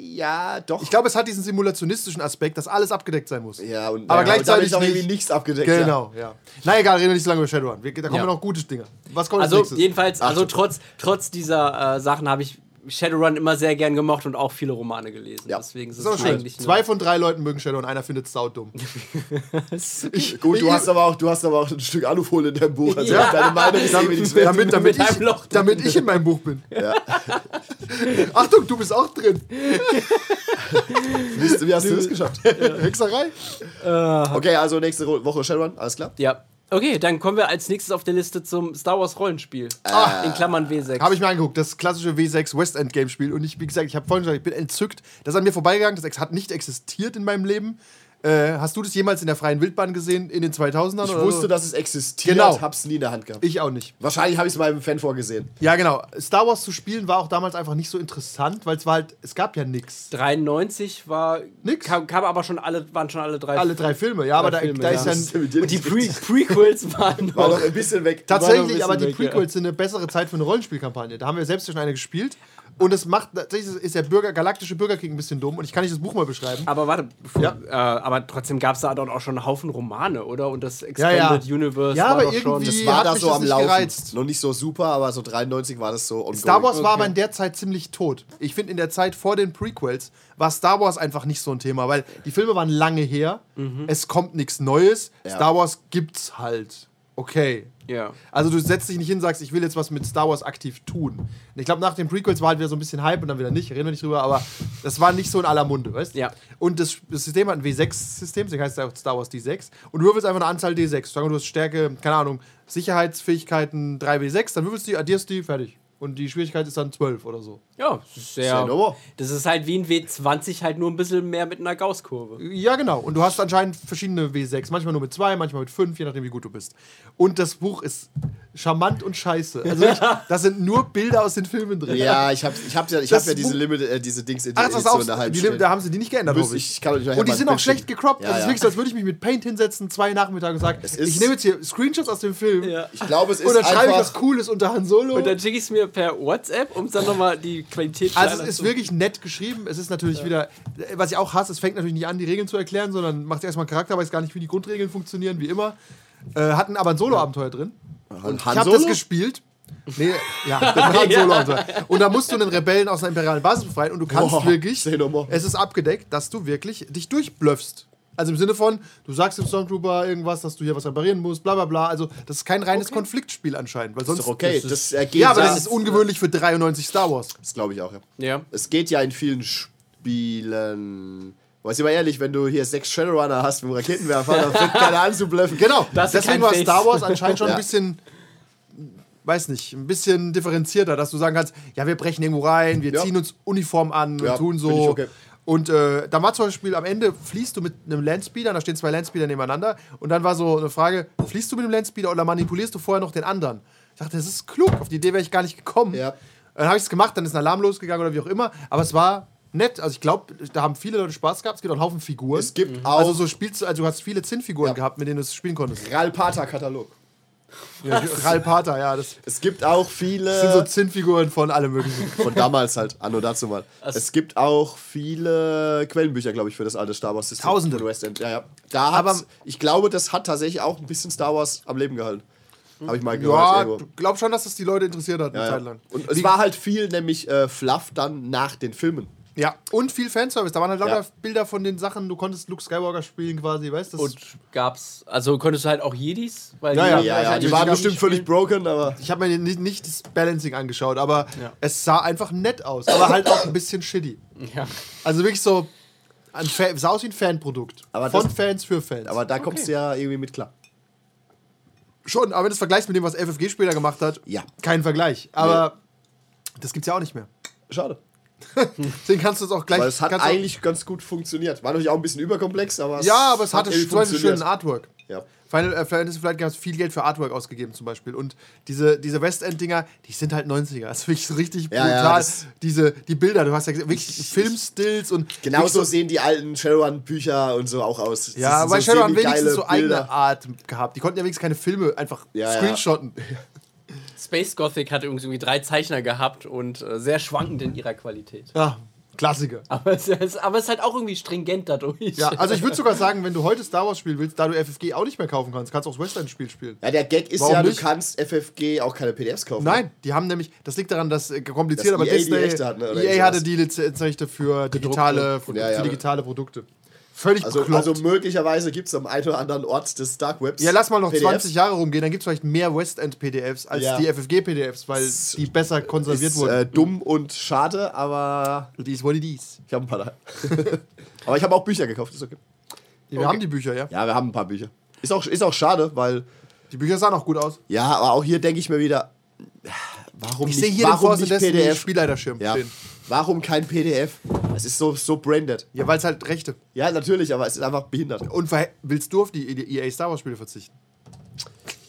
Ja, doch. Ich glaube, es hat diesen simulationistischen Aspekt, dass alles abgedeckt sein muss. aber ja, und ja, und damit gleichzeitig ist auch irgendwie nicht. nichts abgedeckt. Genau, ja. Na egal, reden wir nicht so lange über Shadowrun. Wir, da kommen Ja. noch gute Dinge. Was kommt Also als nächstes? jedenfalls, also trotz, trotz dieser äh, Sachen habe ich Shadowrun immer sehr gern gemocht und auch viele Romane gelesen. Ja. Deswegen ist Das ist auch es schön. eigentlich Zwei nur, von drei Leuten mögen Shadowrun, einer findet es [laughs] saudumm. Ja. Gut, du hast, aber auch, du hast aber auch ein Stück Alufolie in deinem Buch. Also Ja. deine Meinung ist irgendwie nichts wert. damit, damit, Mit einem Loch ich, damit ich in meinem Buch bin. [laughs] Achtung, du bist auch drin. Siehst du, Wie hast du das geschafft? [laughs] Hexerei. Äh. Okay, also nächste Ro- Woche Shadowrun, alles klar. ja. Okay, dann kommen wir als nächstes auf der Liste zum Star Wars Rollenspiel. Ah, in Klammern W6. Habe Äh, ich mir angeguckt, das klassische W6 West End Game Spiel. Und ich, wie gesagt, ich habe vorhin gesagt, ich bin entzückt. Das ist an mir vorbeigegangen, das ex- hat nicht existiert in meinem Leben. Äh, hast du das jemals in der freien Wildbahn gesehen in den 2000ern? Ich oder so? wusste, dass es existiert, Genau. hab's nie in der Hand gehabt. Ich auch nicht. Wahrscheinlich habe ich es mal im Fan vorgesehen. Ja, genau. Star Wars zu spielen war auch damals einfach nicht so interessant, weil es war halt, es gab ja nichts. 93 war. Nix. Kam, kam aber schon alle, waren schon alle drei. Alle drei Filme, ja, aber da, Filme, da ja. ist Was ist denn dann. mit dir Und [laughs] die los? Pre [laughs] Prequels waren noch. war noch ein bisschen weg. War noch ein Tatsächlich, aber bisschen die weg, ja. Prequels sind eine bessere Zeit für eine Rollenspielkampagne. Da haben wir selbst schon eine gespielt. Und es macht, tatsächlich ist der Bürger, galaktische Bürgerkrieg ein bisschen dumm. Und ich kann nicht das Buch mal beschreiben. Aber warte, bevor, Ja. äh, aber trotzdem gab es da dort auch schon einen Haufen Romane, oder? Und das Ja, ja. Expanded Universe Ja, war aber doch schon. irgendwie- Es Die war hat da mich so das am nicht Laufen. gereizt. Noch nicht so super, aber so 93 war das so ongoing. Star Wars war Okay. aber in der Zeit ziemlich tot. Ich finde, in der Zeit vor den Prequels war Star Wars einfach nicht so ein Thema, weil die Filme waren lange her. Es kommt nichts Neues. Ja. Star Wars gibt's halt. Okay. Ja. Also du setzt dich nicht hin und sagst, ich will jetzt was mit Star Wars aktiv tun. Und ich glaube, nach den Prequels war halt wieder so ein bisschen Hype und dann wieder nicht, reden wir nicht drüber, aber das war nicht so in aller Munde, weißt du? Ja. Und das, das System hat ein W6-System, deswegen heißt es auch Star Wars D6. Und du würfelst einfach eine Anzahl D6. Sagen wir, du hast Stärke, keine Ahnung, Sicherheitsfähigkeiten 3W6, dann würfelst du die, addierst die, fertig. Und die Schwierigkeit ist dann 12 oder so. Ja, das ist Sehr sehr. dober. Das ist halt wie ein W20, halt nur ein bisschen mehr mit einer Gaußkurve. Ja, genau. Und du hast anscheinend verschiedene W6. Manchmal nur mit zwei, manchmal mit fünf, je nachdem, wie gut du bist. Und das Buch ist charmant und scheiße. Also, ich, das sind nur Bilder aus den Filmen drin. Ja, ich habe ich hab ja, ich Das hab ja diese, Buch- Limit, äh, diese Dings in Ach, das ist auch, in der die, Halbstelle. Lim- da haben sie die nicht geändert, Müsste hoffe ich- ich kann euch nachher und die mal ein sind auch Bild schlecht schicken. gecroppt. Ja, also es ist ja. wirklich so, als würde ich mich mit Paint hinsetzen, zwei Nachmittage und sagen, ist- ich nehme jetzt hier Screenshots aus dem Film Ich glaube, es ist und dann schreibe ich was einfach... Cooles unter Han Solo. Und dann schicke ich es mir per WhatsApp, um dann nochmal die Qualität also kleiner es ist zu- wirklich nett geschrieben. Es ist natürlich wieder, was ich auch hasse, es fängt natürlich nicht an, die Regeln zu erklären, sondern macht erstmal einen Charakter, weiß gar nicht, wie die Grundregeln funktionieren, wie immer. Äh, hatten aber ein Solo-Abenteuer drin. Und Ich habe das gespielt. Nee, ja, das war ein Solo-Abenteuer. Und da musst du einen Rebellen aus einer imperialen Basis befreien und du kannst Boah, wirklich, say no more. es ist abgedeckt, dass du wirklich dich durchblöffst. Also im Sinne von, du sagst dem Stormtrooper irgendwas, dass du hier was reparieren musst, bla bla bla. Also das ist kein reines Konfliktspiel anscheinend. Weil sonst doch okay. Das ergeht ja, aber ja- das ist ungewöhnlich für 93 Star Wars. Das glaube ich auch, ja. Ja. Es geht ja in vielen Spielen... Weißt du mal ehrlich, wenn du hier sechs Shadowrunner hast mit dem Raketenwerfer, dann fängt keiner an zu bluffen. Genau, Das ist deswegen kein war Face. Star Wars anscheinend schon [laughs] Ja. ein bisschen, weiß nicht, ein bisschen differenzierter, dass du sagen kannst, ja, wir brechen irgendwo rein, wir Ja. ziehen uns Uniform an Ja, und tun find so. ich okay. Und äh, da war zum Beispiel am Ende, fließt du mit einem Landspeeder, da stehen zwei Landspeeder nebeneinander und dann war so eine Frage, fließt du mit dem Landspeeder oder manipulierst du vorher noch den anderen? Ich dachte, das ist klug, auf die Idee wäre ich gar nicht gekommen. Ja. Dann habe ich es gemacht, dann ist ein Alarm losgegangen oder wie auch immer, aber es war nett, also ich glaube, da haben viele Leute Spaß gehabt, es gibt auch einen Haufen Figuren. Es gibt auch- also so spielst du, also du hast viele Zinnfiguren Ja. gehabt, mit denen du es spielen konntest. Ralpata-Katalog. Ja, Ralf Pater, ja, das Es gibt auch viele... sind so Zinnfiguren von allem möglichen. Von damals halt, anno dazu mal. Es gibt auch viele Quellenbücher, glaube ich, für das alte Star Wars System. Tausende. Von West End. Ja, ja. Da hat's, Aber- ich glaube, das hat tatsächlich auch ein bisschen Star Wars am Leben gehalten. Habe ich mal Ja, gehört. irgendwo. glaub schon, dass das die Leute interessiert hat, eine ja, Zeit ja. lang. Und es war halt viel, nämlich äh, Fluff dann nach den Filmen. Ja, und viel Fanservice. Da waren halt lauter Ja. Bilder von den Sachen, du konntest Luke Skywalker spielen quasi, weißt du? das- Und gab's. Also konntest du halt auch Jedis? Weil die Ja, ja. haben halt Ja, ja, ja, die die waren kann ich bestimmt völlig broken, aber. Ich habe mir nicht, nicht das Balancing angeschaut, aber Ja. es sah einfach nett aus. Aber halt auch ein bisschen shitty. Ja. Also wirklich so, ein Fa sah aus wie ein Fanprodukt. Aber von das- Fans für Fans. Aber da kommst du ja irgendwie mit klar. schon, aber wenn du es vergleichst mit dem, was FFG später gemacht hat, Ja. kein Vergleich. Aber das gibt's ja auch nicht mehr. Schade. Deswegen kannst du es auch gleich. Weil es hat kannst du auch- eigentlich ganz gut funktioniert. War natürlich auch ein bisschen überkomplex, aber es Ja, aber es hatte irgendwie zum Beispiel schönen funktioniert. Artwork. Ja. Final äh, Fantasy Flight Games viel Geld für Artwork ausgegeben zum Beispiel. Und diese, diese West-End-Dinger, die sind halt 90er. Das ist wirklich so richtig Ja, ja, brutal. das- diese, die Bilder, du hast ja gesehen, wirklich Filmstills und. wirklich Genauso genau sehen die alten Shadowrun-Bücher und so auch aus. Das Ja, sind bei so Shadowrun semi-geile wenigstens so eigene Bilder. Art gehabt. Die konnten ja wenigstens keine Filme einfach Ja, ja. screenshotten. [laughs] Space Gothic hatte übrigens irgendwie drei Zeichner gehabt und äh, sehr schwankend in ihrer Qualität. Ja, Klassiker. Aber es, ist, aber es ist halt auch irgendwie stringent dadurch. Ja, also [laughs] ich würde sogar sagen, wenn du heute Star Wars spielen willst, da du FFG auch nicht mehr kaufen kannst, kannst du auch das Western-Spiel spielen. Ja, der Gag ist Warum ja, nicht? du kannst FFG auch keine PDFs kaufen. Nein, die haben nämlich, das liegt daran, dass äh, kompliziert, Dass aber EA die Disney, Rechte hat, ne, oder EA hatte irgendwas. die Lizenzrechte für digitale, für, Ja, ja. digitale Produkte. Völlig Also, bekloppt. also möglicherweise gibt es am einen oder anderen Ort des Dark Webs. ja, lass mal noch PDFs. 20 Jahre rumgehen, dann gibt es vielleicht mehr Westend-PDFs als Ja. die FFG-PDFs, weil die besser konserviert Ist wurden. äh, dumm und schade, aber dies wurde dies. ich habe ein paar da. [laughs] aber ich habe auch Bücher gekauft, ist okay. Wir haben die Bücher, ja. Ja, wir haben ein paar Bücher. Ist auch, ist auch schade, weil, Die Bücher sahen auch gut aus. ja, aber auch hier denke ich mir wieder, warum Ich nicht, sehe hier den warum Force nicht Destiny PDF? Spielleiterschirm Ja. stehen. Warum kein PDF? Es ist so, so braindead. Ja, weil es halt Rechte. Ja, natürlich, aber es ist einfach behindert. Und verhä- willst du auf die EA Star Wars Spiele verzichten?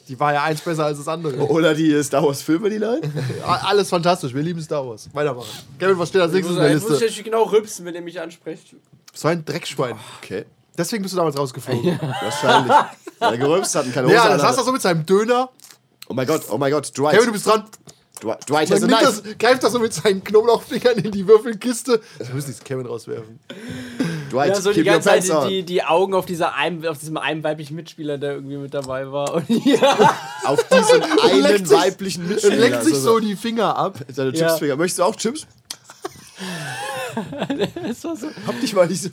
Die war ja eins besser als das andere. Oder die äh, Star Wars-Filme, die Leute? A- Alles fantastisch, wir lieben Star Wars. Weitermachen. Kevin, was steht als Ich nächstes muss, in der ich Also, muss Liste? natürlich genau rübsen, wenn ihr mich ansprecht. So ein Dreckschwein. Okay. Deswegen bist du damals rausgeflogen. Ja, [laughs] Wahrscheinlich. Weil er gerülpst hat und keine Hose ja an das hast du hatte. so mit seinem Döner. Oh mein Gott, oh mein Gott, Dwight. Kevin, du bist dran. Dw- Dwight has Dann a nimmt knife. das, greift das so mit seinen Knoblauchfingern in die Würfelkiste. Wir müssen jetzt Kevin rauswerfen. Dwight, Ja, so die keep your ganze pants Zeit on. die, die Augen auf, dieser einen, auf diesem einen weiblichen Mitspieler, der irgendwie mit dabei war. [laughs] Und ja, Auf [laughs] diesen leckt einen sich- weiblichen Er Mitspieler. leckt sich Also, so die Finger ab. Seine Ja. Chipsfinger. Möchtest du auch Chips? das war so. Hab dich mal nicht so.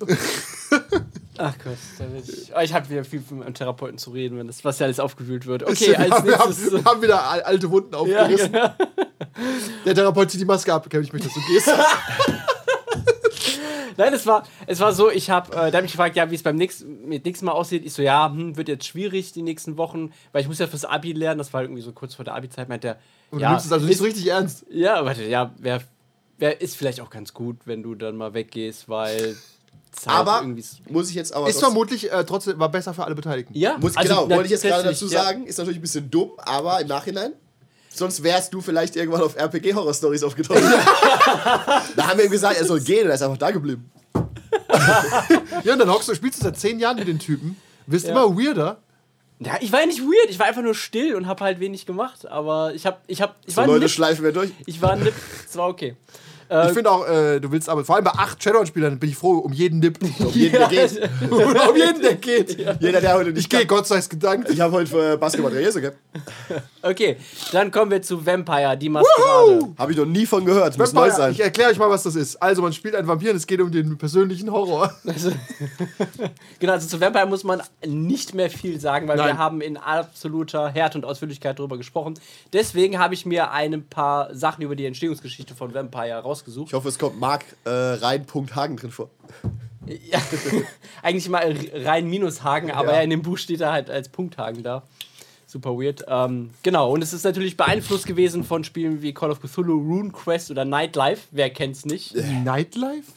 Ach Gott, da werd ich, oh, ich habe wieder viel mit meinem Therapeuten zu reden, wenn das, was ja alles aufgewühlt wird. Okay, [laughs] wir als haben, wir haben, nächstes. wir haben wieder al- alte Wunden ja, aufgerissen. genau. Der Therapeut zieht die Maske ab. Kevin, ich möchte, dass du gehst. Nein, es war, es war so, ich habe äh, da hab mich gefragt, ja, wie es beim nächsten, mit nächsten Mal aussieht. Ich so, ja, hm, wird jetzt schwierig die nächsten Wochen, weil ich muss ja fürs Abi lernen. Das war irgendwie so kurz vor der Abi-Zeit, meint er. Und ja, du nimmst es also nicht so richtig ernst. Ja, warte, ja, wer, wer ist vielleicht auch ganz gut, wenn du dann mal weggehst, weil Zeit Aber irgendwie ist. muss ich jetzt aber. Ist trotzdem- vermutlich äh, trotzdem war besser für alle Beteiligten. Ja, Muss, Also genau, na, wollte ich jetzt gerade letztlich, dazu ja. sagen. Ist natürlich ein bisschen dumm, aber im Nachhinein. Sonst wärst du vielleicht irgendwann auf RPG-Horror-Stories [laughs] aufgetaucht. da haben wir ihm gesagt, er soll gehen und er ist einfach da geblieben. Ja, und dann hockst du, spielst du seit zehn Jahren mit den Typen, wirst Ja. immer weirder. Ja, ich war ja nicht weird, ich war einfach nur still und habe halt wenig gemacht, aber ich habe, ich habe, ich So war Leute nip, schleifen wir durch. ich war nip, es war okay. Ich finde auch, äh, du willst aber, vor allem bei acht Shadowrun-Spielern bin ich froh um jeden [laughs] Nip. Um jeden, Jeden, der geht. [laughs] um jeden der geht. Jeder, der heute nicht Ich gehe, Gott sei Dank. Ich habe heute für Basketball Reyes gehabt. Okay, dann kommen wir zu Vampire, die Maskerade. Habe ich noch nie von gehört. Muss neu sein. Ich erkläre euch mal, was das ist. Also, man spielt einen Vampir und es geht um den persönlichen Horror. Also, [laughs] genau, also zu Vampire muss man nicht mehr viel sagen, weil Nein. wir haben in absoluter Härte und Ausführlichkeit darüber gesprochen. Deswegen habe ich mir ein paar Sachen über die Entstehungsgeschichte von Vampire rausgesucht. Ich hoffe, es kommt Mark äh, rein Punkt Hagen drin vor. Ja, [laughs] eigentlich mal rein Minushagen, aber ja. in dem Buch steht er halt als Punkthagen da. Super weird. Ähm, genau, und es ist natürlich beeinflusst gewesen von Spielen wie Call of Cthulhu, Rune Quest oder Nightlife. Wer kennt's nicht? [laughs] Nightlife?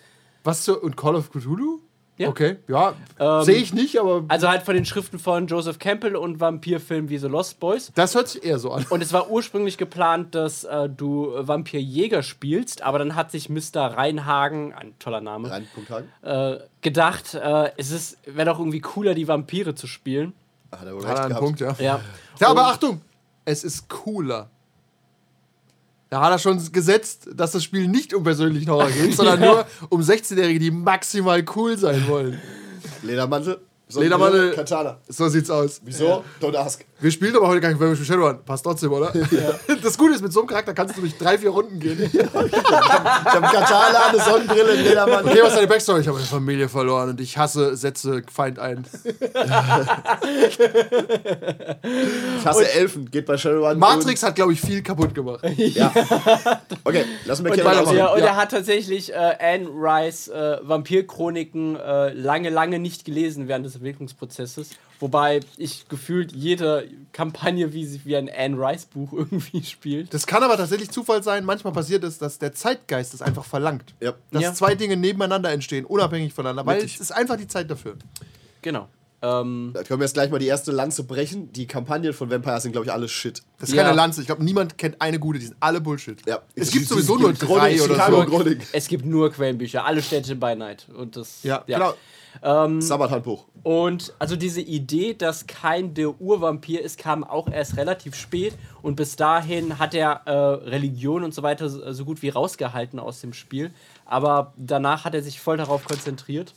Was zur. Und Call of Cthulhu? Ja. Okay, ja. Ähm, Sehe ich nicht, aber Also halt von den Schriften von Joseph Campbell und Vampirfilmen wie The Lost Boys. das hört sich eher so an. Und es war ursprünglich geplant, dass äh, du äh, Vampirjäger spielst, aber dann hat sich Mr. Reinhagen, ein toller Name, Rein Punkt Hagen. äh, gedacht, äh, es ist, wäre doch irgendwie cooler, die Vampire zu spielen. Hat er wohl Hat Ah, recht er einen gehabt. Punkt, ja. Ja. Ja, aber Achtung, es ist cooler. Da hat er schon gesetzt, dass das Spiel nicht um persönlichen Horror geht, sondern nur um 16-Jährige, die maximal cool sein wollen. Ledermantel. Ledermantel. Katana. So sieht's aus. Wieso? Don't ask. Wir spielen aber heute gar nicht Vampire Shadowrun. Passt trotzdem, oder? [laughs] Das Gute ist, mit so einem Charakter kannst du durch drei, vier Runden gehen. Ich habe Katana, eine Sonnenbrille, einen Ledermantel. Okay, was ist deine Backstory? Ich habe meine Familie verloren und ich hasse, setze Feind [laughs] ein. Ich hasse Elfen. Geht bei Shadowrun. Matrix hat, glaube ich, viel kaputt gemacht. Ja. [laughs] Okay, lass mir Und, Kevin ja, ausmachen. und Ja. er hat tatsächlich äh, Anne Rice äh, Vampirchroniken äh, lange, lange nicht gelesen während des Entwicklungsprozesses. Wobei ich gefühlt jede Kampagne wie, sie- wie ein Anne Rice Buch [laughs] irgendwie spielt. Das kann aber tatsächlich Zufall sein. Manchmal passiert es, dass der Zeitgeist es einfach verlangt. Ja. Dass Ja. zwei Dinge nebeneinander entstehen, unabhängig voneinander. Weil Richtig. es ist einfach die Zeit dafür. Genau. Ähm, Da können wir jetzt gleich mal die erste Lanze brechen. Die Kampagnen von Vampire sind, glaube ich, alle Shit. Das ist Ja. keine Lanze. Ich glaube, niemand kennt eine gute. Die sind alle Bullshit. Ja. Es gibt sowieso nur drei oder Chicago so. Chronik. es gibt nur Quellenbücher, alle Städte bei Night. Und das. Ja, genau. Mhm. Sabbathandbuch. Und also diese Idee, dass kein der Urvampir ist, kam auch erst relativ spät. Und bis dahin hat er äh, Religion und so weiter so, so gut wie rausgehalten aus dem Spiel. Aber danach hat er sich voll darauf konzentriert.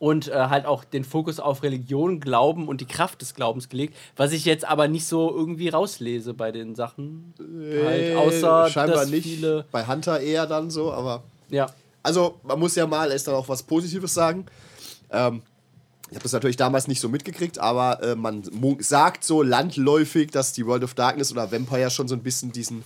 Und äh, halt auch den Fokus auf Religion, Glauben und die Kraft des Glaubens gelegt, was ich jetzt aber nicht so irgendwie rauslese bei den Sachen. halt, außer Äh, scheinbar dass nicht. viele. Bei Hunter eher dann so, aber. Ja. Also, man muss ja mal erst dann auch was Positives sagen. Ähm, ich habe das natürlich damals nicht so mitgekriegt, aber äh, man mu- sagt so landläufig, dass die World of Darkness oder Vampire schon so ein bisschen diesen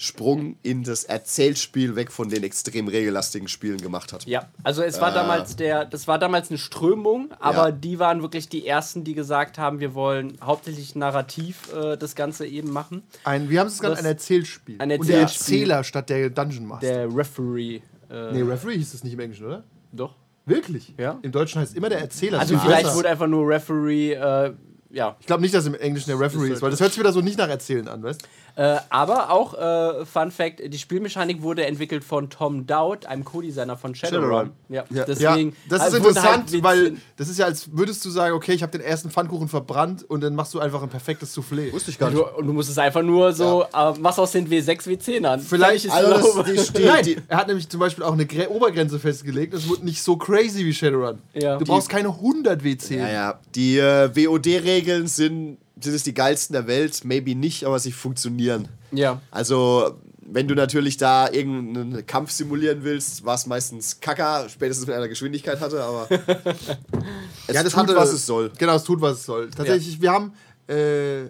Sprung in das Erzählspiel weg von den extrem regellastigen Spielen gemacht hat. Ja, also es war damals der, das war damals eine Strömung, aber Ja. die waren wirklich die ersten, die gesagt haben, wir wollen hauptsächlich narrativ äh, das Ganze eben machen. Ein, wir haben es gerade Das- ein Erzählspiel. Ein Und der Erzählspiel. Erzähler statt der Dungeon Master. Der Referee. Äh, Nee, Referee hieß es nicht im Englischen, oder? Doch. Wirklich? Ja. Im Deutschen heißt immer der Erzähler. Also Das ist vielleicht besser. wurde einfach nur Referee, äh, ja. ich glaube nicht, dass im Englischen der Referee ist, weil das hört sich wieder so nicht nach Erzählen an, weißt Äh, aber auch, äh, Fun Fact, die Spielmechanik wurde entwickelt von Tom Dowd, einem Co-Designer von Shadowrun. Shadowrun. Ja, Ja, deswegen. ja, das ist also wurde halt interessant, mit- weil das ist ja, als würdest du sagen, okay, ich habe den ersten Pfannkuchen verbrannt und dann machst du einfach ein perfektes Soufflé. Wusste ich gar Du, nicht. und du musst es einfach nur so, äh, was aus den W6, W10ern. Vielleicht ist Also, also [laughs] das, die, Nein, steht, die, er hat nämlich zum Beispiel auch eine Gre Obergrenze festgelegt. Es wurde nicht so crazy wie Shadowrun. Ja. Du brauchst keine 100 WC. Ja, ja. Die äh, WOD-Regeln sind, sind es die geilsten der Welt. Maybe nicht, aber sie funktionieren. Ja. Also, wenn du natürlich da irgendeinen Kampf simulieren willst, war es meistens Kacker, spätestens mit einer Geschwindigkeit hatte, [laughs] aber. es Ja, tut, was es soll. Genau, es tut, was es soll. Tatsächlich, wir haben äh,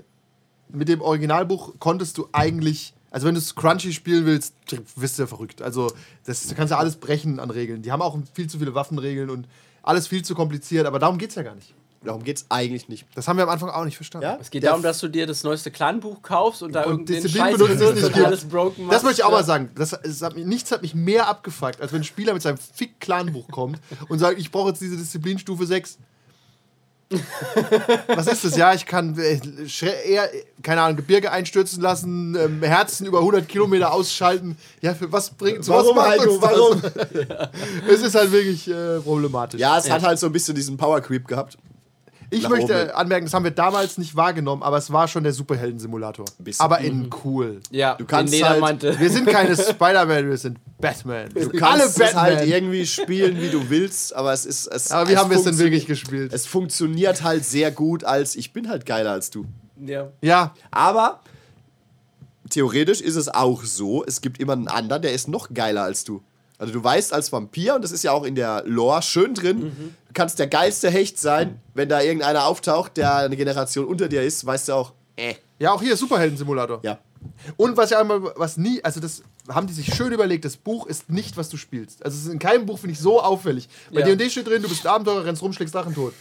mit dem Originalbuch konntest du eigentlich, also wenn du es crunchy spielen willst, tr- bist du ja verrückt. Also das, du kannst ja alles brechen an Regeln. Die haben auch viel zu viele Waffenregeln und alles viel zu kompliziert, aber darum geht es ja gar nicht. Darum geht's eigentlich nicht. Das haben wir am Anfang auch nicht verstanden. Ja? Es geht Der darum, dass du dir das neueste Clanbuch kaufst und da Und irgendeinen Disziplin Scheiß benutzt es benutzt nicht und gibt. alles broken machst. Das möchte ich auch Ja. mal sagen. Das, es hat mich, nichts hat mich mehr abgefuckt, als wenn ein Spieler mit seinem Fick-Clan-Buch kommt und sagt, ich brauche jetzt diese Disziplinstufe 6. Was ist das? Ja, ich kann äh, Schre- eher, äh, keine Ahnung, Gebirge einstürzen lassen, ähm, Herzen über 100 Kilometer ausschalten. Ja, für was bringt was Warum, macht Heiko, uns das? warum? [laughs] Es ist halt wirklich äh, problematisch. Ja, es hat halt so ein bisschen diesen Power Creep gehabt. ich nach möchte oben. anmerken, das haben wir damals nicht wahrgenommen, aber es war schon der Superhelden-Simulator. Bisschen. Aber in cool. Ja, Du kannst den halt- Ledermantel. Wir sind keine Spider-Man, wir sind Batman. Du kannst es halt irgendwie spielen, wie du willst, aber es ist. Es, Aber wie es haben wir es denn funktioni- wirklich gespielt? Es funktioniert halt sehr gut als ich bin halt geiler als du. [laughs] ja. ja, Aber theoretisch ist es auch so, es gibt immer einen anderen, der ist noch geiler als du. Also du weißt als Vampir, und das ist ja auch in der Lore schön drin, du kannst der geilste Hecht sein, wenn da irgendeiner auftaucht, der eine Generation unter dir ist, weißt du auch, äh, ja, auch hier Superhelden-Simulator. ja. Und was ja einmal, was nie, also das haben die sich schön überlegt, das Buch ist nicht, was du spielst. Also es ist in keinem Buch, finde ich, so auffällig. Bei Ja. D&D steht drin, du bist ein Abenteurer, rennst rum, schlägst Drachen tot.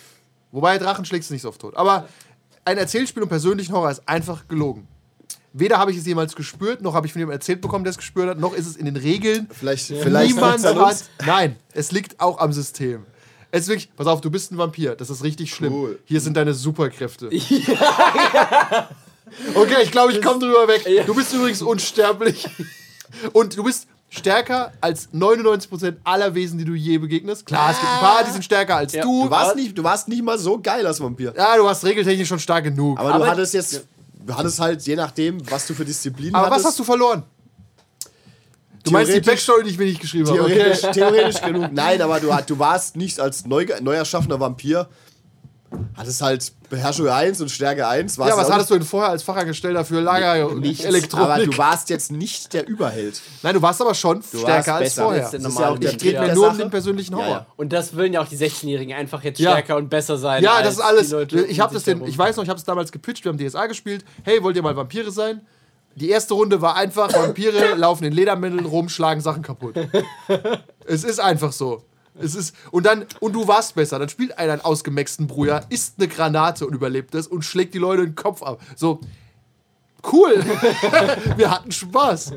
Wobei, Drachen schlägst du nicht so oft tot. Aber ein Erzählspiel und persönlichen Horror ist einfach gelogen. Weder habe ich es jemals gespürt, noch habe ich von jemandem erzählt bekommen, der es gespürt hat, noch ist es in den Regeln. Vielleicht, vielleicht Niemand liegt's an hat. uns. Nein, es liegt auch am System. Es ist wirklich, pass auf, du bist ein Vampir, das ist richtig schlimm. Cool. Hier sind deine [laughs] Superkräfte. okay, ich glaube, ich komme drüber weg. Du bist übrigens unsterblich. Und du bist stärker als 99% aller Wesen, die du je begegnest. Klar, es gibt ein paar, die sind stärker als Ja. du. Du warst, nicht, du warst nicht mal so geil als Vampir. ja, du warst regeltechnisch schon stark genug. Aber, Aber- du hattest jetzt, du hattest halt, je nachdem, was du für Disziplin Aber hattest. was hast du verloren? Du meinst die Theoretisch- Backstory, die ich mir nicht geschrieben habe. Okay. [laughs] Theoretisch, theoretisch genug. Nein, aber du, hat- du warst nicht als neu, neu erschaffener Vampir. Hattest halt Beherrschung 1 und Stärke 1. Warst Ja, was auch hattest du denn vorher als Fachangestellter für Lager und Nichts, Elektronik? aber du warst jetzt nicht der Überheld. Nein, du warst aber schon warst stärker als besser. vorher. Als der Das ist normale ja auch der Mensch. Geht Trick Ja. mir der nur um Sache. den persönlichen Ja, Horror. Ja, ja. Und das wollen ja auch die 16-Jährigen einfach jetzt Ja. stärker und besser sein. das als ist alles. die Leute Ich um habe sich das den, herum. ich weiß noch, ich habe es damals gepitcht, wir haben DSA gespielt. Hey, wollt ihr mal Vampire sein? Die erste Runde war einfach, [laughs] Vampire laufen in Ledermänteln rum, schlagen Sachen kaputt. es ist einfach so. Es ist, und dann, und du warst besser. Dann spielt einer einen ausgemexten Bruder, isst eine Granate und überlebt es und schlägt die Leute den Kopf ab. So, cool. [laughs] wir hatten Spaß.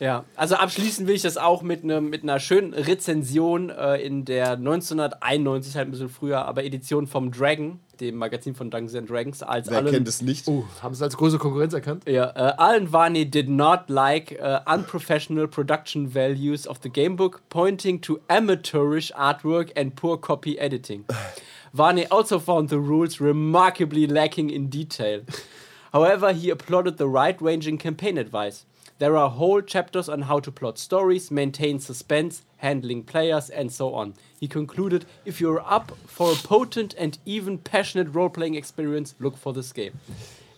Ja, also abschließend will ich das auch mit, einem mit einer schönen Rezension äh, in der 1991, halt ein bisschen früher, aber Edition vom Dragon, dem Magazin von Dungeons and Dragons, als Wer allen kennt es nicht? Oh, haben sie als große Konkurrenz erkannt? Ja, äh, Alan Varney did not like äh, unprofessional production values of the gamebook, pointing to amateurish artwork and poor copy editing. [sighs] Varney also found the rules remarkably lacking in detail. However, he applauded the wide ranging campaign advice. There are whole chapters on how to plot stories, maintain suspense, handling players, and so on. He concluded if you're up for a potent and even passionate role playing experience, look for this game.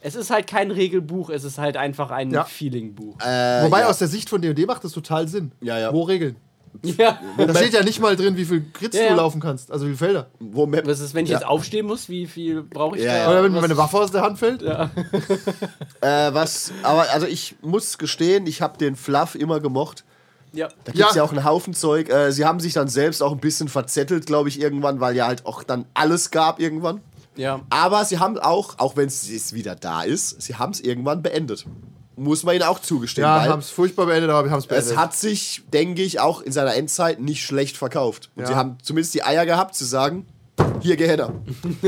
Es ist halt kein Regelbuch, es ist halt einfach ein Ja. Feelingbuch. Äh, Wobei ja. aus der Sicht von D&D macht das total Sinn. Ja, ja. Wo Regeln? [laughs] ja. Da steht ja nicht mal drin, wie viel Grits Ja, du ja. laufen kannst, also wie viele Felder. Wo Map- Was ist, wenn ich ja. jetzt aufstehen muss? Wie viel brauche ich Ja, da? ja. Oder wenn mir meine Waffe aus der Hand fällt? Äh, was, aber also ich muss gestehen, ich habe den Fluff immer gemocht. Ja. Da gibt es Ja. ja. auch einen Haufen Zeug. Äh, sie haben sich dann selbst auch ein bisschen verzettelt, glaube ich, irgendwann, weil ja halt auch dann alles gab irgendwann. ja. Aber sie haben auch, auch wenn es jetzt wieder da ist, sie haben es irgendwann beendet. muss man ihnen auch zugestehen. Ja, weil haben es furchtbar beendet, aber wir haben es beendet. es hat sich, denke ich, auch in seiner Endzeit nicht schlecht verkauft. Und Ja. sie haben zumindest die Eier gehabt zu sagen, hier geh [laughs] her da.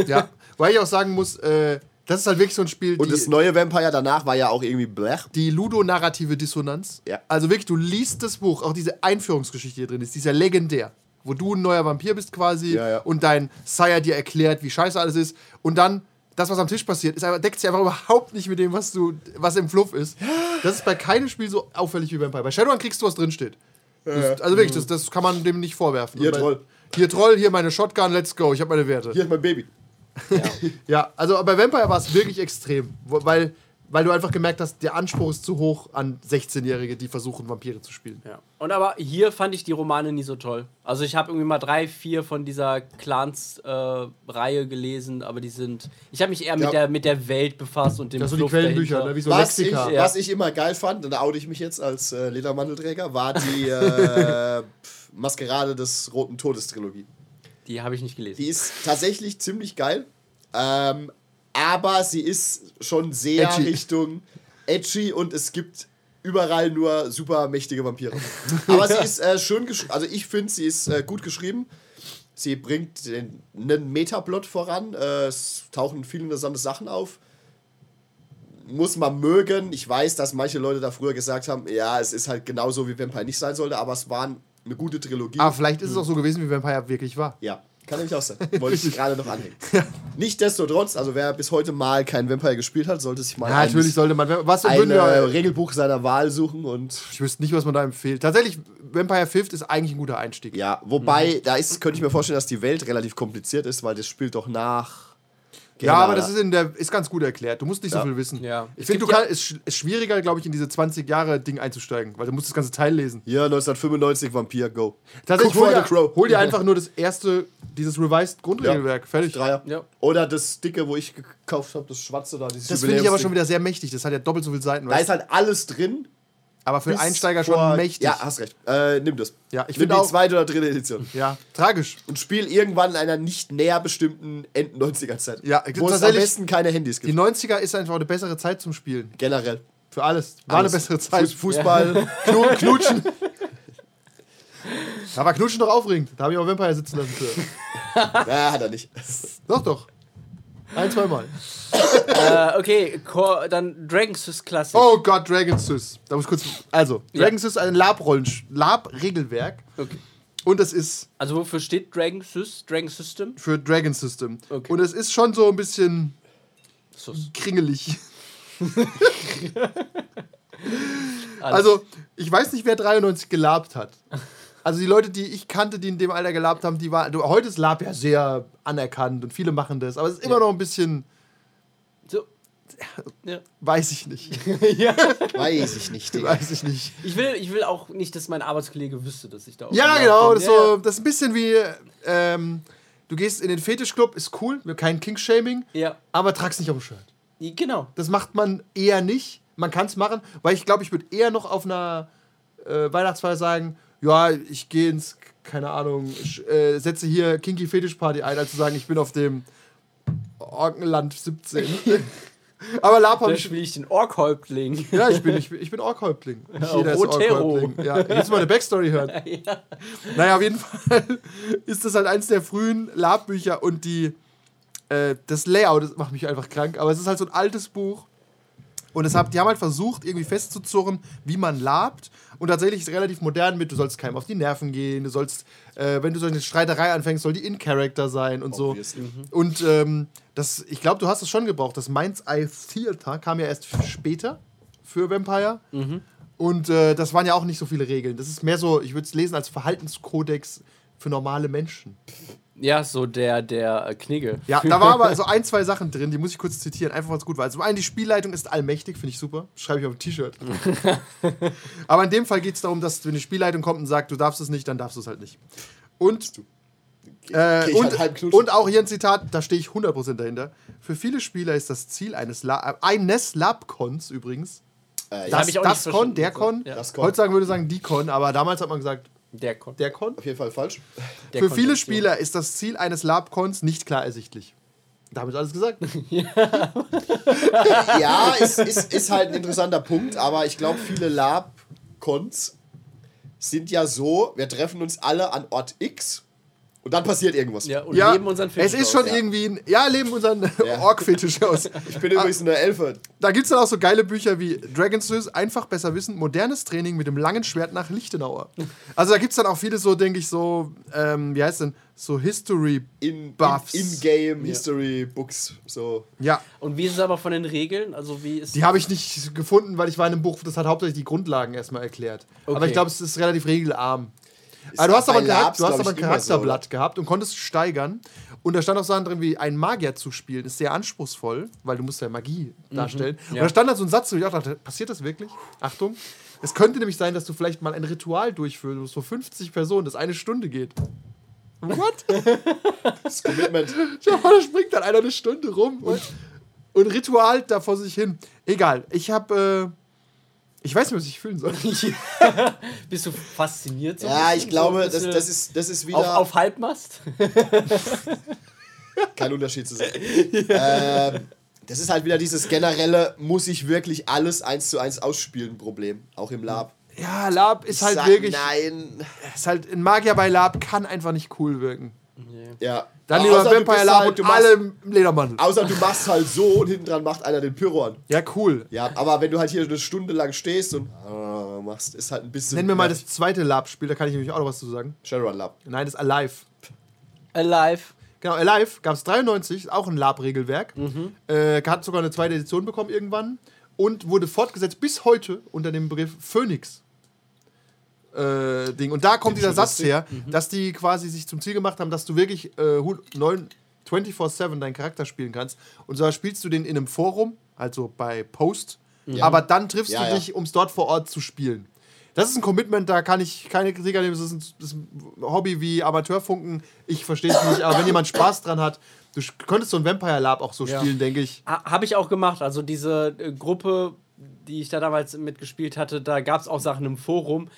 ja. Weil ich auch sagen muss, äh, das ist halt wirklich so ein Spiel, Und die, das neue Vampire danach war ja auch irgendwie blech. die ludonarrative Dissonanz. Ja. Also wirklich, du liest das Buch, auch diese Einführungsgeschichte hier drin ist, die ist ja legendär. Wo du ein neuer Vampir bist quasi Ja, ja. und dein Sire dir erklärt, wie scheiße alles ist. Und dann, das, was am Tisch passiert, ist einfach, deckt sich einfach überhaupt nicht mit dem, was, du, was im Fluff ist. Das ist bei keinem Spiel so auffällig wie Vampire. Bei Shadowrun kriegst du, was drinsteht. Das, also wirklich, das, das kann man dem nicht vorwerfen. Hier Und bei- Troll. Hier Troll, hier meine Shotgun, let's go, ich habe meine Werte. Hier ist mein Baby. Ja, also bei Vampire war es wirklich extrem, wo- weil, weil du einfach gemerkt hast, der Anspruch ist zu hoch an 16-Jährige, die versuchen, Vampire zu spielen. Ja. Und aber hier fand ich die Romane nie so toll. Also ich habe irgendwie mal drei, vier von dieser Clans-Reihe gelesen, aber die sind. Ich habe mich eher Ja. mit, der, mit der Welt befasst und dem Das sind die Fluff Quellenbücher, dahinter. ne? wie so Was ich, Lexika. ja. was ich immer geil fand, und da oute ich mich jetzt als äh, Ledermantelträger, war die äh, pf, Maskerade des Roten Todes Trilogie. Die habe ich nicht gelesen. Die ist tatsächlich ziemlich geil, ähm, aber sie ist schon sehr Edgy. Richtung edgy und es gibt überall nur super mächtige Vampire. aber sie ist äh, schön geschrieben, also ich finde, sie ist äh, gut geschrieben. Sie bringt den, einen Metaplot voran, äh, es tauchen viele interessante Sachen auf. Muss man mögen. Ich weiß, dass manche Leute da früher gesagt haben, ja, es ist halt genauso wie Vampire nicht sein sollte, aber es waren eine gute Trilogie. Aber vielleicht ist es auch so gewesen, wie Vampire wirklich war. Ja, kann nämlich auch [laughs] sein. Wollte ich gerade noch anhängen. Nichtsdestotrotz, also wer bis heute mal kein Vampire gespielt hat, sollte sich mal Ja, ein, natürlich sollte man. Was ein würden äh, wir, Regelbuch seiner Wahl suchen und ich wüsste nicht, was man da empfiehlt. Tatsächlich, Vampire Fifth ist eigentlich ein guter Einstieg. ja, wobei, Mhm. da ist, könnte ich mir vorstellen, dass die Welt relativ kompliziert ist, weil das spielt doch nach. Ja, aber das oder- ist in der ist ganz gut erklärt. Du musst nicht Ja. so viel wissen. Ja. Ich Es finde, du gibt ja- kannst es ist, ist schwieriger, glaube ich, in diese 20 Jahre Ding einzusteigen, weil du musst das ganze Teil lesen. Hier, 1995, Vampir, go. Tatsächlich, Cook hol for dir, the Crow. hol [laughs] dir einfach nur das erste, dieses revised Grundregelwerk, fertig. Dreier. Ja. Oder das dicke, wo ich gekauft habe, das schwarze da, dieses Das finde ich aber Jubiläumsding. schon wieder sehr mächtig. Das hat ja doppelt so viele Seiten. Da weißt ist halt alles drin. du? aber für bis Einsteiger schon vor- mächtig. Ja, hast recht. Äh, nimm das. Ja, ich nimm finde die auch- zweite oder dritte Edition. Ja, tragisch. und spiel irgendwann in einer nicht näher bestimmten End-90er-Zeit. Ja, wo es am tatsächlich- besten keine Handys Die gibt. 90er ist einfach eine bessere Zeit zum Spielen. Generell. Für alles. War Alles. eine bessere Zeit. Fuß- Fußball. Knu- [laughs] Knutschen. da war Knutschen doch aufregend. Da habe ich auch Vampire sitzen lassen. Für. [laughs] Na, hat er nicht. Doch, doch. Ein, zweimal. Äh, okay, Cor- dann Dragon's Fist Classic. Oh Gott, Dragon Sys. Da muss ich kurz. Also, Dragon Sys ist ein Lab-Rollenspiel. Lab-Regelwerk. Okay. Und es ist Also wofür steht Dragon Sys? Dragon System? für Dragon System. Okay. Und es ist schon so ein bisschen Sus. kringelig. Alles. Also, ich weiß nicht, wer 93 gelabt hat. Also die Leute, die ich kannte, die in dem Alter gelabt haben, die waren. du, Heute ist Lab ja sehr anerkannt und viele machen das, aber es ist immer noch ein bisschen, So. Ja. weiß ich nicht. Weiß ich nicht, Digga. weiß ich nicht. Ich, will, ich will auch nicht, dass mein Arbeitskollege wüsste, dass ich da auch. Ja, genau. Das, ist Ja, so, das ist ein bisschen wie. Ähm, du gehst in den Fetischclub, ist cool, kein King-Shaming, Ja. aber trag's nicht auf dem Shirt. ja. Genau. Das macht man eher nicht. Man kann es machen, weil ich glaube, ich würde eher noch auf einer äh, Weihnachtsfeier sagen, ja, ich gehe ins, keine Ahnung, sch- äh, setze hier Kinky Fetisch Party ein, als zu sagen, ich bin auf dem Orkenland 17. [laughs] Aber Lab hab Da ich. spiele ich den Orkhäuptling. [laughs] Ja, ich bin, ich bin, ich bin Orkhäuptling. Nicht Ja, jeder ist Rotero. Orkhäuptling. Ja, jetzt mal eine Backstory hören. ja. Naja, auf jeden Fall [laughs] ist das halt eins der frühen Lab-Bücher und die, äh, das Layout das macht mich einfach krank, aber es ist halt so ein altes Buch. Und es hab, die haben halt versucht, irgendwie festzuzurren, wie man labt. Und tatsächlich ist es relativ modern mit, du sollst keinem auf die Nerven gehen, du sollst, äh, wenn du so eine Streiterei anfängst, soll die in Character sein und so. Obviously. Und ähm, das, ich glaube, du hast es schon gebraucht. Das Mainz Eye Theater kam ja erst später für Vampire. Und äh, das waren ja auch nicht so viele Regeln. Das ist mehr so, ich würde es lesen als Verhaltenskodex für normale Menschen. ja, so der, der äh, Knigge. Ja, da war aber so ein, zwei Sachen drin, die muss ich kurz zitieren, einfach weil es gut war. Also Zum einen, die Spielleitung ist allmächtig, finde ich super. Schreibe ich auf ein [laughs] T-Shirt. aber in dem Fall geht es darum, dass wenn die Spielleitung kommt und sagt, du darfst es nicht, dann darfst du es halt nicht. Und Geh äh, ich halt halb und, knutschen. und auch hier ein Zitat, da stehe ich 100% dahinter. Für viele Spieler ist das Ziel eines, La äh, eines Labcons übrigens, Äh, ja, hab das, ich auch das nicht verstanden. Con, der Con, Ja. Das Con. heutzutage würde ich sagen die Con, aber damals hat man gesagt, [laughs] der kommt. der Con. auf jeden Fall falsch. der Für Con- viele Spieler ist das Ziel eines Labcons nicht klar ersichtlich. Damit ist alles gesagt. Ja, ist, ist, ist halt ein interessanter Punkt, aber ich glaube, viele Lab-Cons sind ja so, wir treffen uns alle an Ort X und dann passiert irgendwas. Ja, und [laughs] ja, neben unseren Fischen es ist schon raus. irgendwie ein, ja, leben unseren [laughs] Ja. Org-Fetisch aus. Ich bin Ah. übrigens in der Elfe. Da gibt es dann auch so geile Bücher wie Dragon's Tooth, einfach besser wissen, modernes Training mit dem langen Schwert nach Lichtenauer. Also da gibt es dann auch viele so, denke ich, so, ähm, wie heißt denn, so In, History-Buffs. in, In-Game, History, Books, so. ja, Und wie ist es aber von den Regeln? Also wie ist die habe ich nicht gefunden, weil ich war in einem Buch, das hat hauptsächlich die Grundlagen erstmal erklärt. Aber Okay. ich glaube, es ist relativ regelarm. Aber du hast aber ein, bei Charak Labs, du hast glaub aber ein ich, immer so, Charakterblatt gehabt und konntest steigern. Und da stand auch Sachen drin wie, ein Magier zu spielen, ist sehr anspruchsvoll, weil du musst ja Magie Mhm. darstellen. Und da stand halt so ein Satz, wo ich auch dachte, passiert das wirklich? Achtung. Es könnte nämlich sein, dass du vielleicht mal ein Ritual durchführst, wo es vor 50 Personen, das eine Stunde geht. [laughs] What? Das Commitment. Schau mal, da springt dann einer eine Stunde rum und, und Ritual da vor sich hin. Egal, ich habe, äh, ich weiß nicht, was ich fühlen soll. Bist du fasziniert? so ein Ja, bisschen? ich glaube, So das, ein bisschen das, ist, das ist wieder auf, auf Halbmast. kein Unterschied zu sein. [laughs] ähm, das ist halt wieder dieses generelle, muss ich wirklich alles eins zu eins ausspielen Problem, auch im Lab. Ja, Lab ist Ich halt sag wirklich, Nein. ist halt ein Magier bei Lab kann einfach nicht cool wirken. Ja. Dann Aber lieber außer du Vampire bist Lab halt- und du machst- alle im Ledermantel. Außer du machst halt so und hinten dran macht einer den Pyro an. Ja, cool. Ja, aber wenn du halt hier eine Stunde lang stehst und äh, machst, ist halt ein bisschen. Nenn mir mal das zweite Lab-Spiel, da kann ich nämlich auch noch was zu sagen. Shadowrun Lab. Nein, das ist Alive. Alive. Genau, Alive gab es 93, ist auch ein Lab-Regelwerk. Äh, hat sogar eine zweite Edition bekommen irgendwann und wurde fortgesetzt bis heute unter dem Begriff Phoenix. Äh, Ding. Und da kommt dieser Satz her, Mhm. dass die quasi sich zum Ziel gemacht haben, dass du wirklich äh, hu- neun- 24-7 deinen Charakter spielen kannst. Und zwar spielst du den in einem Forum, also bei Post, aber dann triffst Ja, du ja. dich, um es dort vor Ort zu spielen. Das ist ein Commitment, da kann ich keine Kritik annehmen. Das ist ein, das ist ein Hobby wie Amateurfunken. Ich verstehe es nicht, aber wenn jemand Spaß dran hat, du sch- könntest so ein Vampire Lab auch so spielen, denke ich. Habe ich auch gemacht. Also diese äh, Gruppe, die ich da damals mitgespielt hatte, da gab es auch Sachen im Forum.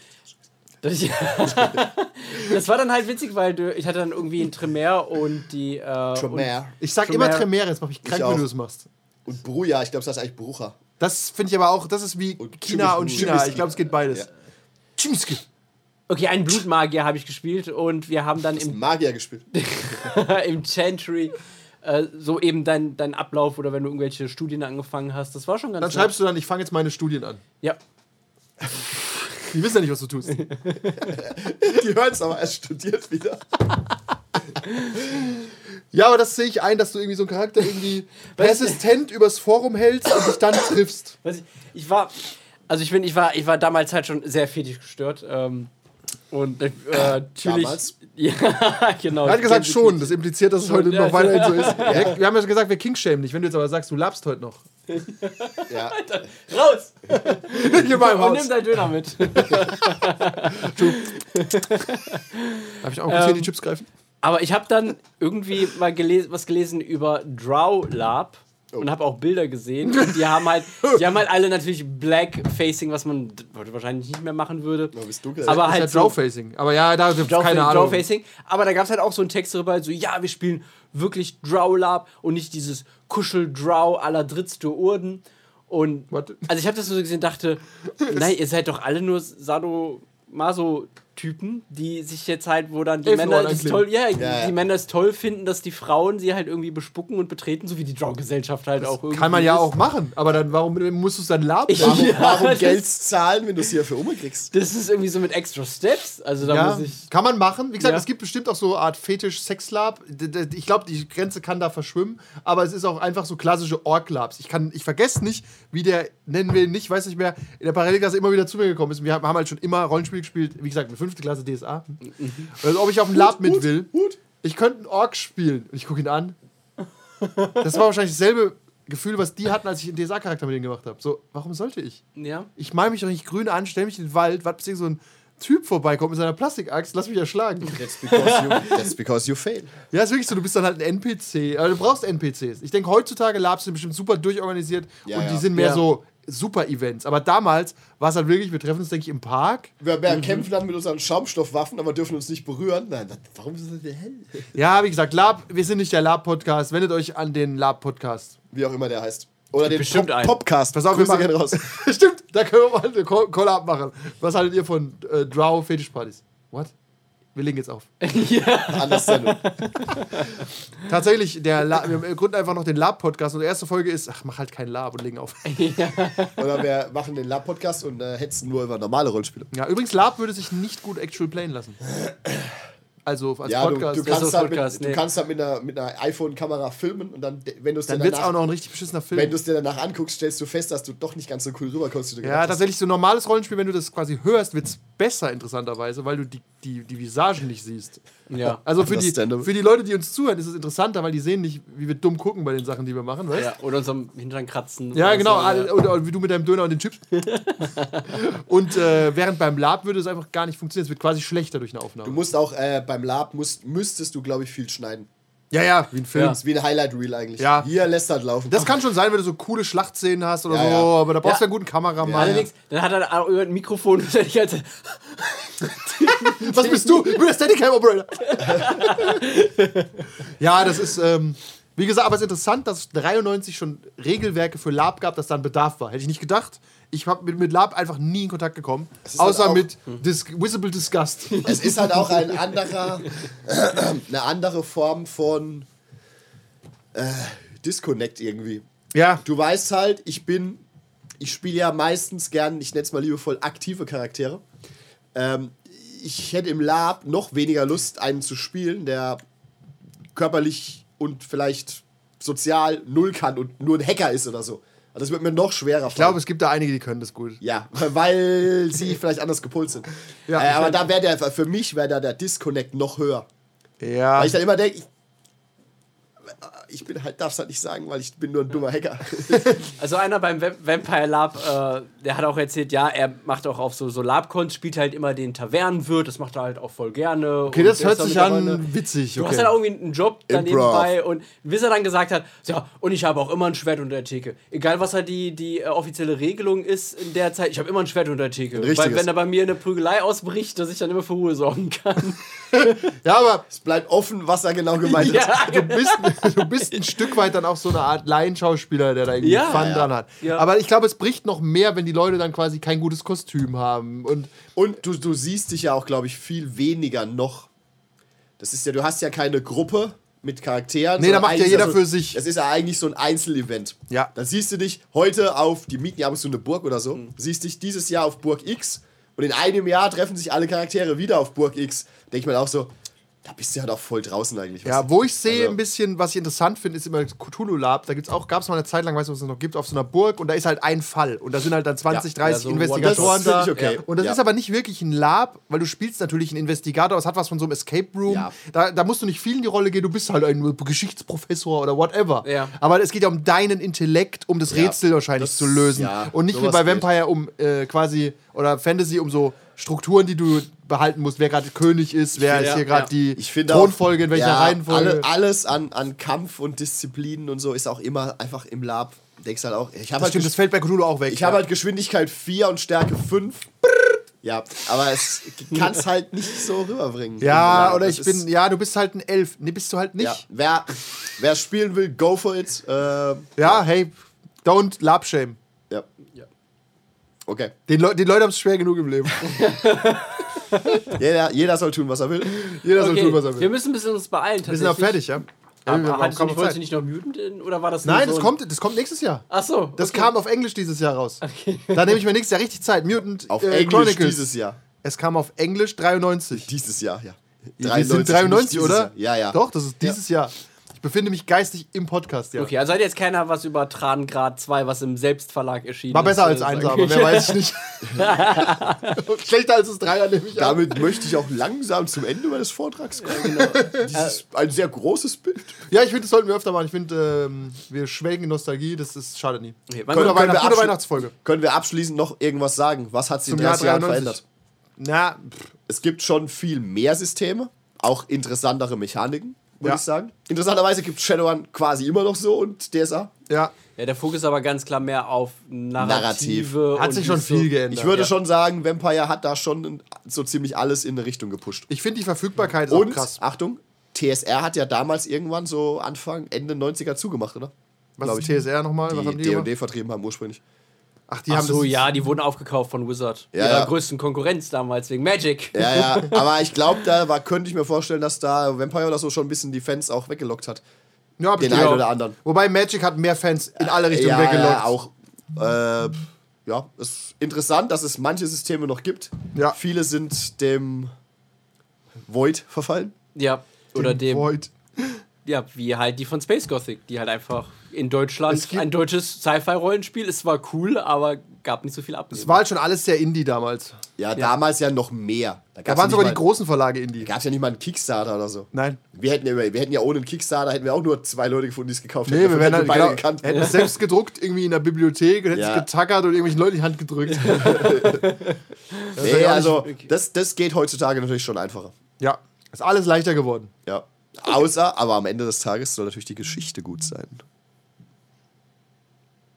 dass ich- [laughs] das war dann halt witzig, weil du- ich hatte dann irgendwie einen Tremere und die. Äh, Tremere. und- Ich sag Tremere. immer Tremere, jetzt mach mich krank, Ich auch. wenn du das machst. Und Bruja, ich glaube, das heißt eigentlich Brucher. Das finde ich aber auch, das ist wie Und China Chimisch- und China. Chimiski. Ich glaube, es geht beides. Ja. Chimiski. Okay, einen Blutmagier habe ich gespielt und wir haben dann im Magier gespielt. [laughs] [laughs] im Chantry äh, so eben dein, dein Ablauf oder wenn du irgendwelche Studien angefangen hast. Das war schon ganz Dann nett. schreibst du dann, ich fange jetzt meine Studien an. Ja. Die wissen ja nicht, was du tust. Die hören es aber erst studiert wieder. Ja, aber das sehe ich ein, dass du irgendwie so einen Charakter irgendwie persistent übers Forum hältst und dich dann triffst. Weiß ich, ich war, also ich bin, ich war, ich war damals halt schon sehr fetisch gestört. Ähm, und [laughs] äh, natürlich. Damals? [laughs] Ja, genau. Er hat gesagt schon, das impliziert, dass es heute ja. noch weiterhin so ist. Wir haben ja schon gesagt, wir kingshamen nicht. Wenn du jetzt aber sagst, du labst heute noch. Ja. Raus! [laughs] Hier beim Und nimm Haus. deinen Döner [laughs] mit. Darf ich auch kurz hier die Chips greifen? Aber ich habe dann irgendwie mal geles was gelesen über Drow Lab Oh. und habe auch Bilder gesehen. Und die haben halt, die haben halt alle natürlich Black Facing, was man d- heute wahrscheinlich nicht mehr machen würde. Du bist dunkel. Aber Das ist halt ja so, Drawfacing. Aber ja, da gibt's Drow keine Ahnung. Facing. Aber da gab es halt auch so einen Text darüber, so ja, wir spielen wirklich Drow Lab und nicht dieses Kuschel Drow aller Drittste Urden. Und What? also ich habe das so gesehen, dachte, nein, ihr seid doch alle nur Sadomaso-Typen, die sich jetzt halt, wo dann die Männer Elfenohren es anklicken. toll, ja, Ja, die, ja. die Männer es toll finden, dass die Frauen sie halt irgendwie bespucken und betreten, so wie die Drow-Gesellschaft halt auch irgendwie. Kann man ja ist. auch machen. Aber dann, warum musst du es dann laben? Warum, [laughs] Ja, [laughs] warum das- Geld zahlen, wenn du es hier für Umme kriegst? Das ist irgendwie so mit extra Steps. Also da Ja, muss ich. kann man machen. Wie gesagt, Ja. es gibt bestimmt auch so eine Art Fetisch-Sex-Lab. D- d- Ich glaube, die Grenze kann da verschwimmen, aber es ist auch einfach so klassische Org-Labs. Ich, kann- ich vergesse nicht, wie der, nennen wir ihn nicht, weiß nicht mehr, in der Parallelklasse immer wieder zu mir gekommen ist. Wir haben haben halt schon immer Rollenspiel gespielt, wie gesagt, in fünfte Klasse DSA. Also, ob ich auf dem Lab mit will. Ich könnte einen Org spielen. Und ich gucke ihn an. Das war wahrscheinlich dasselbe Gefühl, was die hatten, als ich einen DSA-Charakter mit denen gemacht habe. So, warum sollte ich? Ja. Ich male mich doch nicht grün an, stell mich in den Wald, warte, bis hier so ein Typ vorbeikommt mit seiner Plastikaxt, lass mich erschlagen. That's because you, that's because you fail. ja, ist wirklich so, du bist dann halt ein NPC. Aber du brauchst NPCs. Ich denke, heutzutage Labs sind bestimmt super durchorganisiert Ja, und die ja. sind mehr Ja. so super Events. Aber damals war es halt wirklich, wir treffen uns, denke ich, im Park. Wir, wir kämpfen dann mit unseren Schaumstoffwaffen, aber dürfen uns nicht berühren. Nein, das- warum ist das denn hell? Ja, wie gesagt, Lab, wir sind nicht der Lab-Podcast. Wendet euch an den Lab-Podcast. Wie auch immer der heißt. Oder den bestimmt einen. Popcast. Pass auf, Grüße wir machen gehen raus. [laughs] Stimmt, da können wir mal eine Call- Call-Up machen. Was haltet ihr von äh, Drow Fetischpartys? What? Wir legen jetzt auf. [laughs] Anders Sendung. Tatsächlich, der La wir gründen einfach noch den Lab-Podcast und die erste Folge ist, ach, mach halt keinen Lab und legen auf. Oder wir machen den Lab-Podcast und äh, hetzen nur über normale Rollenspiele. Ja, übrigens, Lab würde sich nicht gut actual playen lassen. Also als Ja, du, Podcast. du, Das kannst ist halt Podcast, mit, nee. du kannst halt mit einer, mit einer iPhone-Kamera filmen und dann, wenn du es dir, dann wird es danach- auch noch ein richtig beschissener Film. wenn du es dir danach anguckst, stellst du fest, dass du doch nicht ganz so cool rüberkommst. wie du Ja, gedacht hast. tatsächlich so ein normales Rollenspiel, wenn du das quasi hörst, wird es besser interessanterweise, weil du die, die, die Visagen nicht siehst. Ja. Also für die, Understandable. für die Leute, die uns zuhören, ist es interessanter, weil die sehen nicht, wie wir dumm gucken bei den Sachen, die wir machen, weißt du? ja. Oder unserem Hintern kratzen. Ja, Oder genau. so, alle- ja. Oder, oder wie du mit deinem Döner und den [laughs] Chips. und äh, während beim Lab würde es einfach gar nicht funktionieren. Es wird quasi schlechter durch eine Du Aufnahme. musst auch äh, beim Lab musst, müsstest du, glaube ich, viel schneiden. Ja, ja, wie ein Film. Ja. Das ist wie ein Highlight-Reel eigentlich. Ja. Hier lässt das laufen. Das kann schon sein, wenn du so coole Schlachtszenen hast oder Ja, so, ja. aber da brauchst du Ja. einen guten Kameramann. Allerdings, dann hat er auch über ein Mikrofon [laughs] und ich halt, Was bist du? Ich bin der Steadicam Operator. ja, das ist, ähm, wie gesagt, aber es ist interessant, dass es 93 schon Regelwerke für Lab gab, dass da ein Bedarf war. Hätte ich nicht gedacht. Ich habe mit, mit Lab einfach nie in Kontakt gekommen. ist Außer halt auch- mit Dis Visible [laughs] Disgust. Es ist halt auch ein anderer, [clears throat] eine andere Form von äh, Disconnect irgendwie. ja. Du weißt halt, ich bin, ich spiele ja meistens gern, ich nenne es mal liebevoll, aktive Charaktere. Ähm, ich hätte im Lab noch weniger Lust, einen zu spielen, der körperlich und vielleicht sozial null kann und nur ein Hacker ist oder so. Also Das wird mir noch schwerer fallen. Ich glaube, es gibt da einige, die können das gut. Ja, weil sie vielleicht anders gepolt sind. Ja. äh, aber da wäre der, für mich wäre da der Disconnect noch höher. Ja. Weil Ah. ich dann immer denke, ich, ich bin halt, darf es halt nicht sagen, weil ich bin nur ein dummer Hacker. Also einer beim Vamp- Vampire Lab, äh, der hat auch erzählt, ja, er macht auch auf so, so Labcons, spielt halt immer den Tavernenwirt, das macht er halt auch voll gerne. Okay, das hört sich an Du witzig. Okay. hast halt auch irgendwie einen Job da Improv. nebenbei und bis er dann gesagt hat, ja, und ich habe auch immer ein Schwert unter der Theke. Egal, was halt die, die äh, offizielle Regelung ist in der Zeit, ich habe immer ein Schwert unter der Theke. Weil richtiges. wenn da bei mir eine Prügelei ausbricht, dass ich dann immer für Ruhe sorgen [laughs] kann. ja, aber es bleibt offen, was er genau [laughs] gemeint [laughs] hat. ja, du bist, du bist ein Stück weit dann auch so eine Art Laienschauspieler, der da irgendwie Ja, Fun ja. dran hat. Ja. Aber ich glaube, es bricht noch mehr, wenn die Leute dann quasi kein gutes Kostüm haben. Und Und du, du siehst dich ja auch, glaube ich, viel weniger noch. Das ist ja, du hast ja keine Gruppe mit Charakteren. Nee, sondern da macht ja eigentlich ist jeder so, für sich. Das ist ja eigentlich so ein Einzelevent. Ja. Dann siehst du dich heute auf, die mieten ja ab und zu eine Burg oder so, siehst dich dieses Jahr auf Burg X und in einem Jahr treffen sich alle Charaktere wieder auf Burg X. Denke ich mir auch so, da bist du ja doch voll draußen eigentlich. weißt ja, du? wo ich sehe Also- ein bisschen, was ich interessant finde, ist immer das Cthulhu Lab. Da gibt's auch, gab es mal eine Zeit lang, weißt du, was es noch gibt, auf so einer Burg und da ist halt ein Fall. Und da sind halt dann 20, Ja, 30 ja, so Investigatoren One- Das da. finde ich okay. Ja. Und das Ja. ist aber nicht wirklich ein Lab, weil du spielst natürlich einen Investigator, aber es hat was von so einem Escape Room. Ja. Da, da musst du nicht viel in die Rolle gehen, du bist halt ein Geschichtsprofessor oder whatever. Ja. Aber es geht ja um deinen Intellekt, um das Ja. Rätsel wahrscheinlich Das- zu lösen. ja, und nicht wie sowas bei geht. Vampire um äh, quasi oder Fantasy um so Strukturen, die du behalten musst, wer gerade König ist, wer find- ist ja, hier gerade ja. die Ich finde auch- Thronfolge, in welcher ja, Reihenfolge. Alle, alles an, an Kampf und Disziplinen und so ist auch immer einfach im Lab. Denkst halt auch, ich habe das halt stimmt, das fällt bei Cthulhu auch weg. Ich habe halt Geschwindigkeit 4 und Stärke 5. Ja, aber es [laughs] kann es halt nicht so rüberbringen. ja, Das oder ich ist- bin, ja, du bist halt ein Elf. Nee, bist du halt Ja, nicht. wer, wer spielen will, go for it. Äh, ja. Ja, hey, don't lab shame. Okay. Den, Leu den Leuten haben es schwer genug im [laughs] Leben. Jeder, jeder soll tun, was er will. Jeder soll okay. tun, was er will. Wir müssen ein bisschen uns beeilen. Wir sind auch fertig, ja? Aber, wir haben hattest du kaum nicht, noch wolltest du Zeit. nicht noch Mutant in, oder war das nur Nein, so das ein- kommt, das kommt nächstes Jahr. Ah, Ach so. Das okay. kam auf Englisch dieses Jahr raus. Da nehme ich mir nächstes Jahr richtig Zeit. Mutant Auf äh, Englisch Chronicles. dieses Jahr. Es kam auf Englisch 93. Dieses Jahr, ja. Wir sind 93, nicht dieses oder? Jahr. Ja, ja. Doch, das ist dieses Jahr. Ich befinde mich geistig im Podcast, ja. Okay, also hat jetzt keiner was über Trangrad 2, was im Selbstverlag erschienen War besser ist. äh, als Einser, [laughs] aber mehr weiß ich nicht. [laughs] Schlechter als das Dreier, nehme ich an. [laughs] Damit möchte ich auch langsam zum Ende meines Vortrags kommen. genau. [laughs] Dieses, ein sehr großes Bild. Ja, ich finde, das sollten wir öfter machen. Ich finde, ähm, wir schwelgen in Nostalgie. Das ist schade nie. Okay, wann- Gute, können wir Weihnacht, gute abschli- Weihnachtsfolge. Können wir abschließend noch irgendwas sagen? Was hat sich in Zum Jahr 30 Jahren 93. verändert? Na, pff, es gibt schon viel mehr Systeme, auch interessantere Mechaniken, würde Ja. ich sagen. Interessanterweise gibt Shadowrun quasi immer noch so und DSA. Ja. Ja, der Fokus aber ganz klar mehr auf Narrative. Narrativ. Hat und sich schon diese- viel geändert. Ich würde ja. schon sagen, Vampire hat da schon so ziemlich alles in eine Richtung gepusht. Ich finde die Verfügbarkeit ist auch Und, krass. Achtung, TSR hat ja damals irgendwann so Anfang, Ende 90er zugemacht, oder? Was glaub ist ich. TSR nochmal? Was haben Die die gemacht? D&D vertrieben [laughs] haben ursprünglich. Ach, die Ach haben so, das- ja, die wurden aufgekauft von Wizard. Ja, ihrer ja. größten Konkurrenz damals wegen Magic. Ja, ja, aber ich glaube, da war, könnte ich mir vorstellen, dass da Vampire oder so schon ein bisschen die Fans auch weggelockt hat. Ja, Den bestimmt. einen oder anderen. Wobei Magic hat mehr Fans in alle Richtungen ja, weggelockt. Ja, auch. Äh, ja, ist interessant, dass es manche Systeme noch gibt. Ja. Viele sind dem Void verfallen. Ja, oder dem, Void. ja, wie halt die von Space Gothic, die halt einfach in Deutschland Es gibt- ein deutsches Sci-Fi-Rollenspiel. Es war cool, aber gab nicht so viel ab. Es war halt schon alles sehr Indie damals. Ja, damals ja noch mehr. Da gab's waren ja sogar die nicht mal- großen Verlage Indie. gab es ja nicht mal einen Kickstarter oder so. Nein. Wir hätten, ja, über- wir hätten ja ohne einen Kickstarter hätten wir auch nur zwei Leute gefunden, die es gekauft Nee, hätten. wir Davon wären halt hätten genau, gekannt. hätten es selbst gedruckt, irgendwie in der Bibliothek und hätten Ja. es getackert und irgendwelchen Leuten die Hand gedrückt. Nee, also das, das geht heutzutage natürlich schon einfacher. ja, ist alles leichter geworden. Ja. Außer, aber am Ende des Tages soll natürlich die Geschichte gut sein.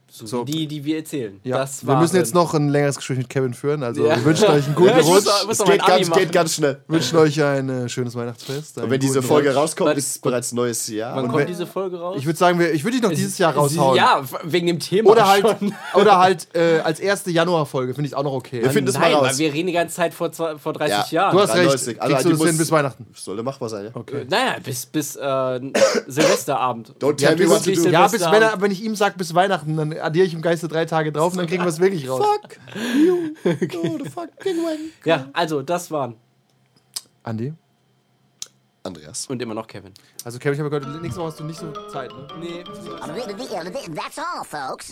so, so. wie die, die wir erzählen. Ja. Das wir müssen waren- jetzt noch ein längeres Gespräch mit Kevin führen, also Ja. wir wünschen euch einen guten Ich muss- Rutsch, muss Es noch mein geht Abi ganz, machen. geht ganz schnell. wünschen euch ein äh, schönes Weihnachtsfest. Und wenn diese Folge rauskommt, Warte. ist es bereits neues Jahr. Wann wer- kommt diese Folge raus? Ich würde sagen, wir, ich würde dich noch dieses Jahr raushauen. Ja, wegen dem Thema. Oder halt, [laughs] schon. oder halt äh, als erste Januarfolge, finde ich auch noch okay. Wir finden es mal Äh, Nein, weil raus. wir reden die ganze Zeit vor, zwei- vor 30 Ja, Jahren. du hast recht, 93. kriegst Also die du das muss- hin bis Weihnachten. Sollte machbar sein, ja. Okay. Naja, bis, bis äh, [coughs] Silvesterabend. Don't Ja, tell me what to wirklich do. sind- ja, bis, Silvester wenn, haben. er, wenn ich ihm sage bis Weihnachten, dann addiere ich im Geiste drei Tage drauf und dann kriegen wir es wirklich raus. Fuck you. Oh, No, the fucking one. Ja, also das waren. Andi? Andreas. Und immer noch Kevin. Also Kevin, ich habe gehört, nächste Woche hast du nicht so Zeit, ne? Nee. That's all, folks.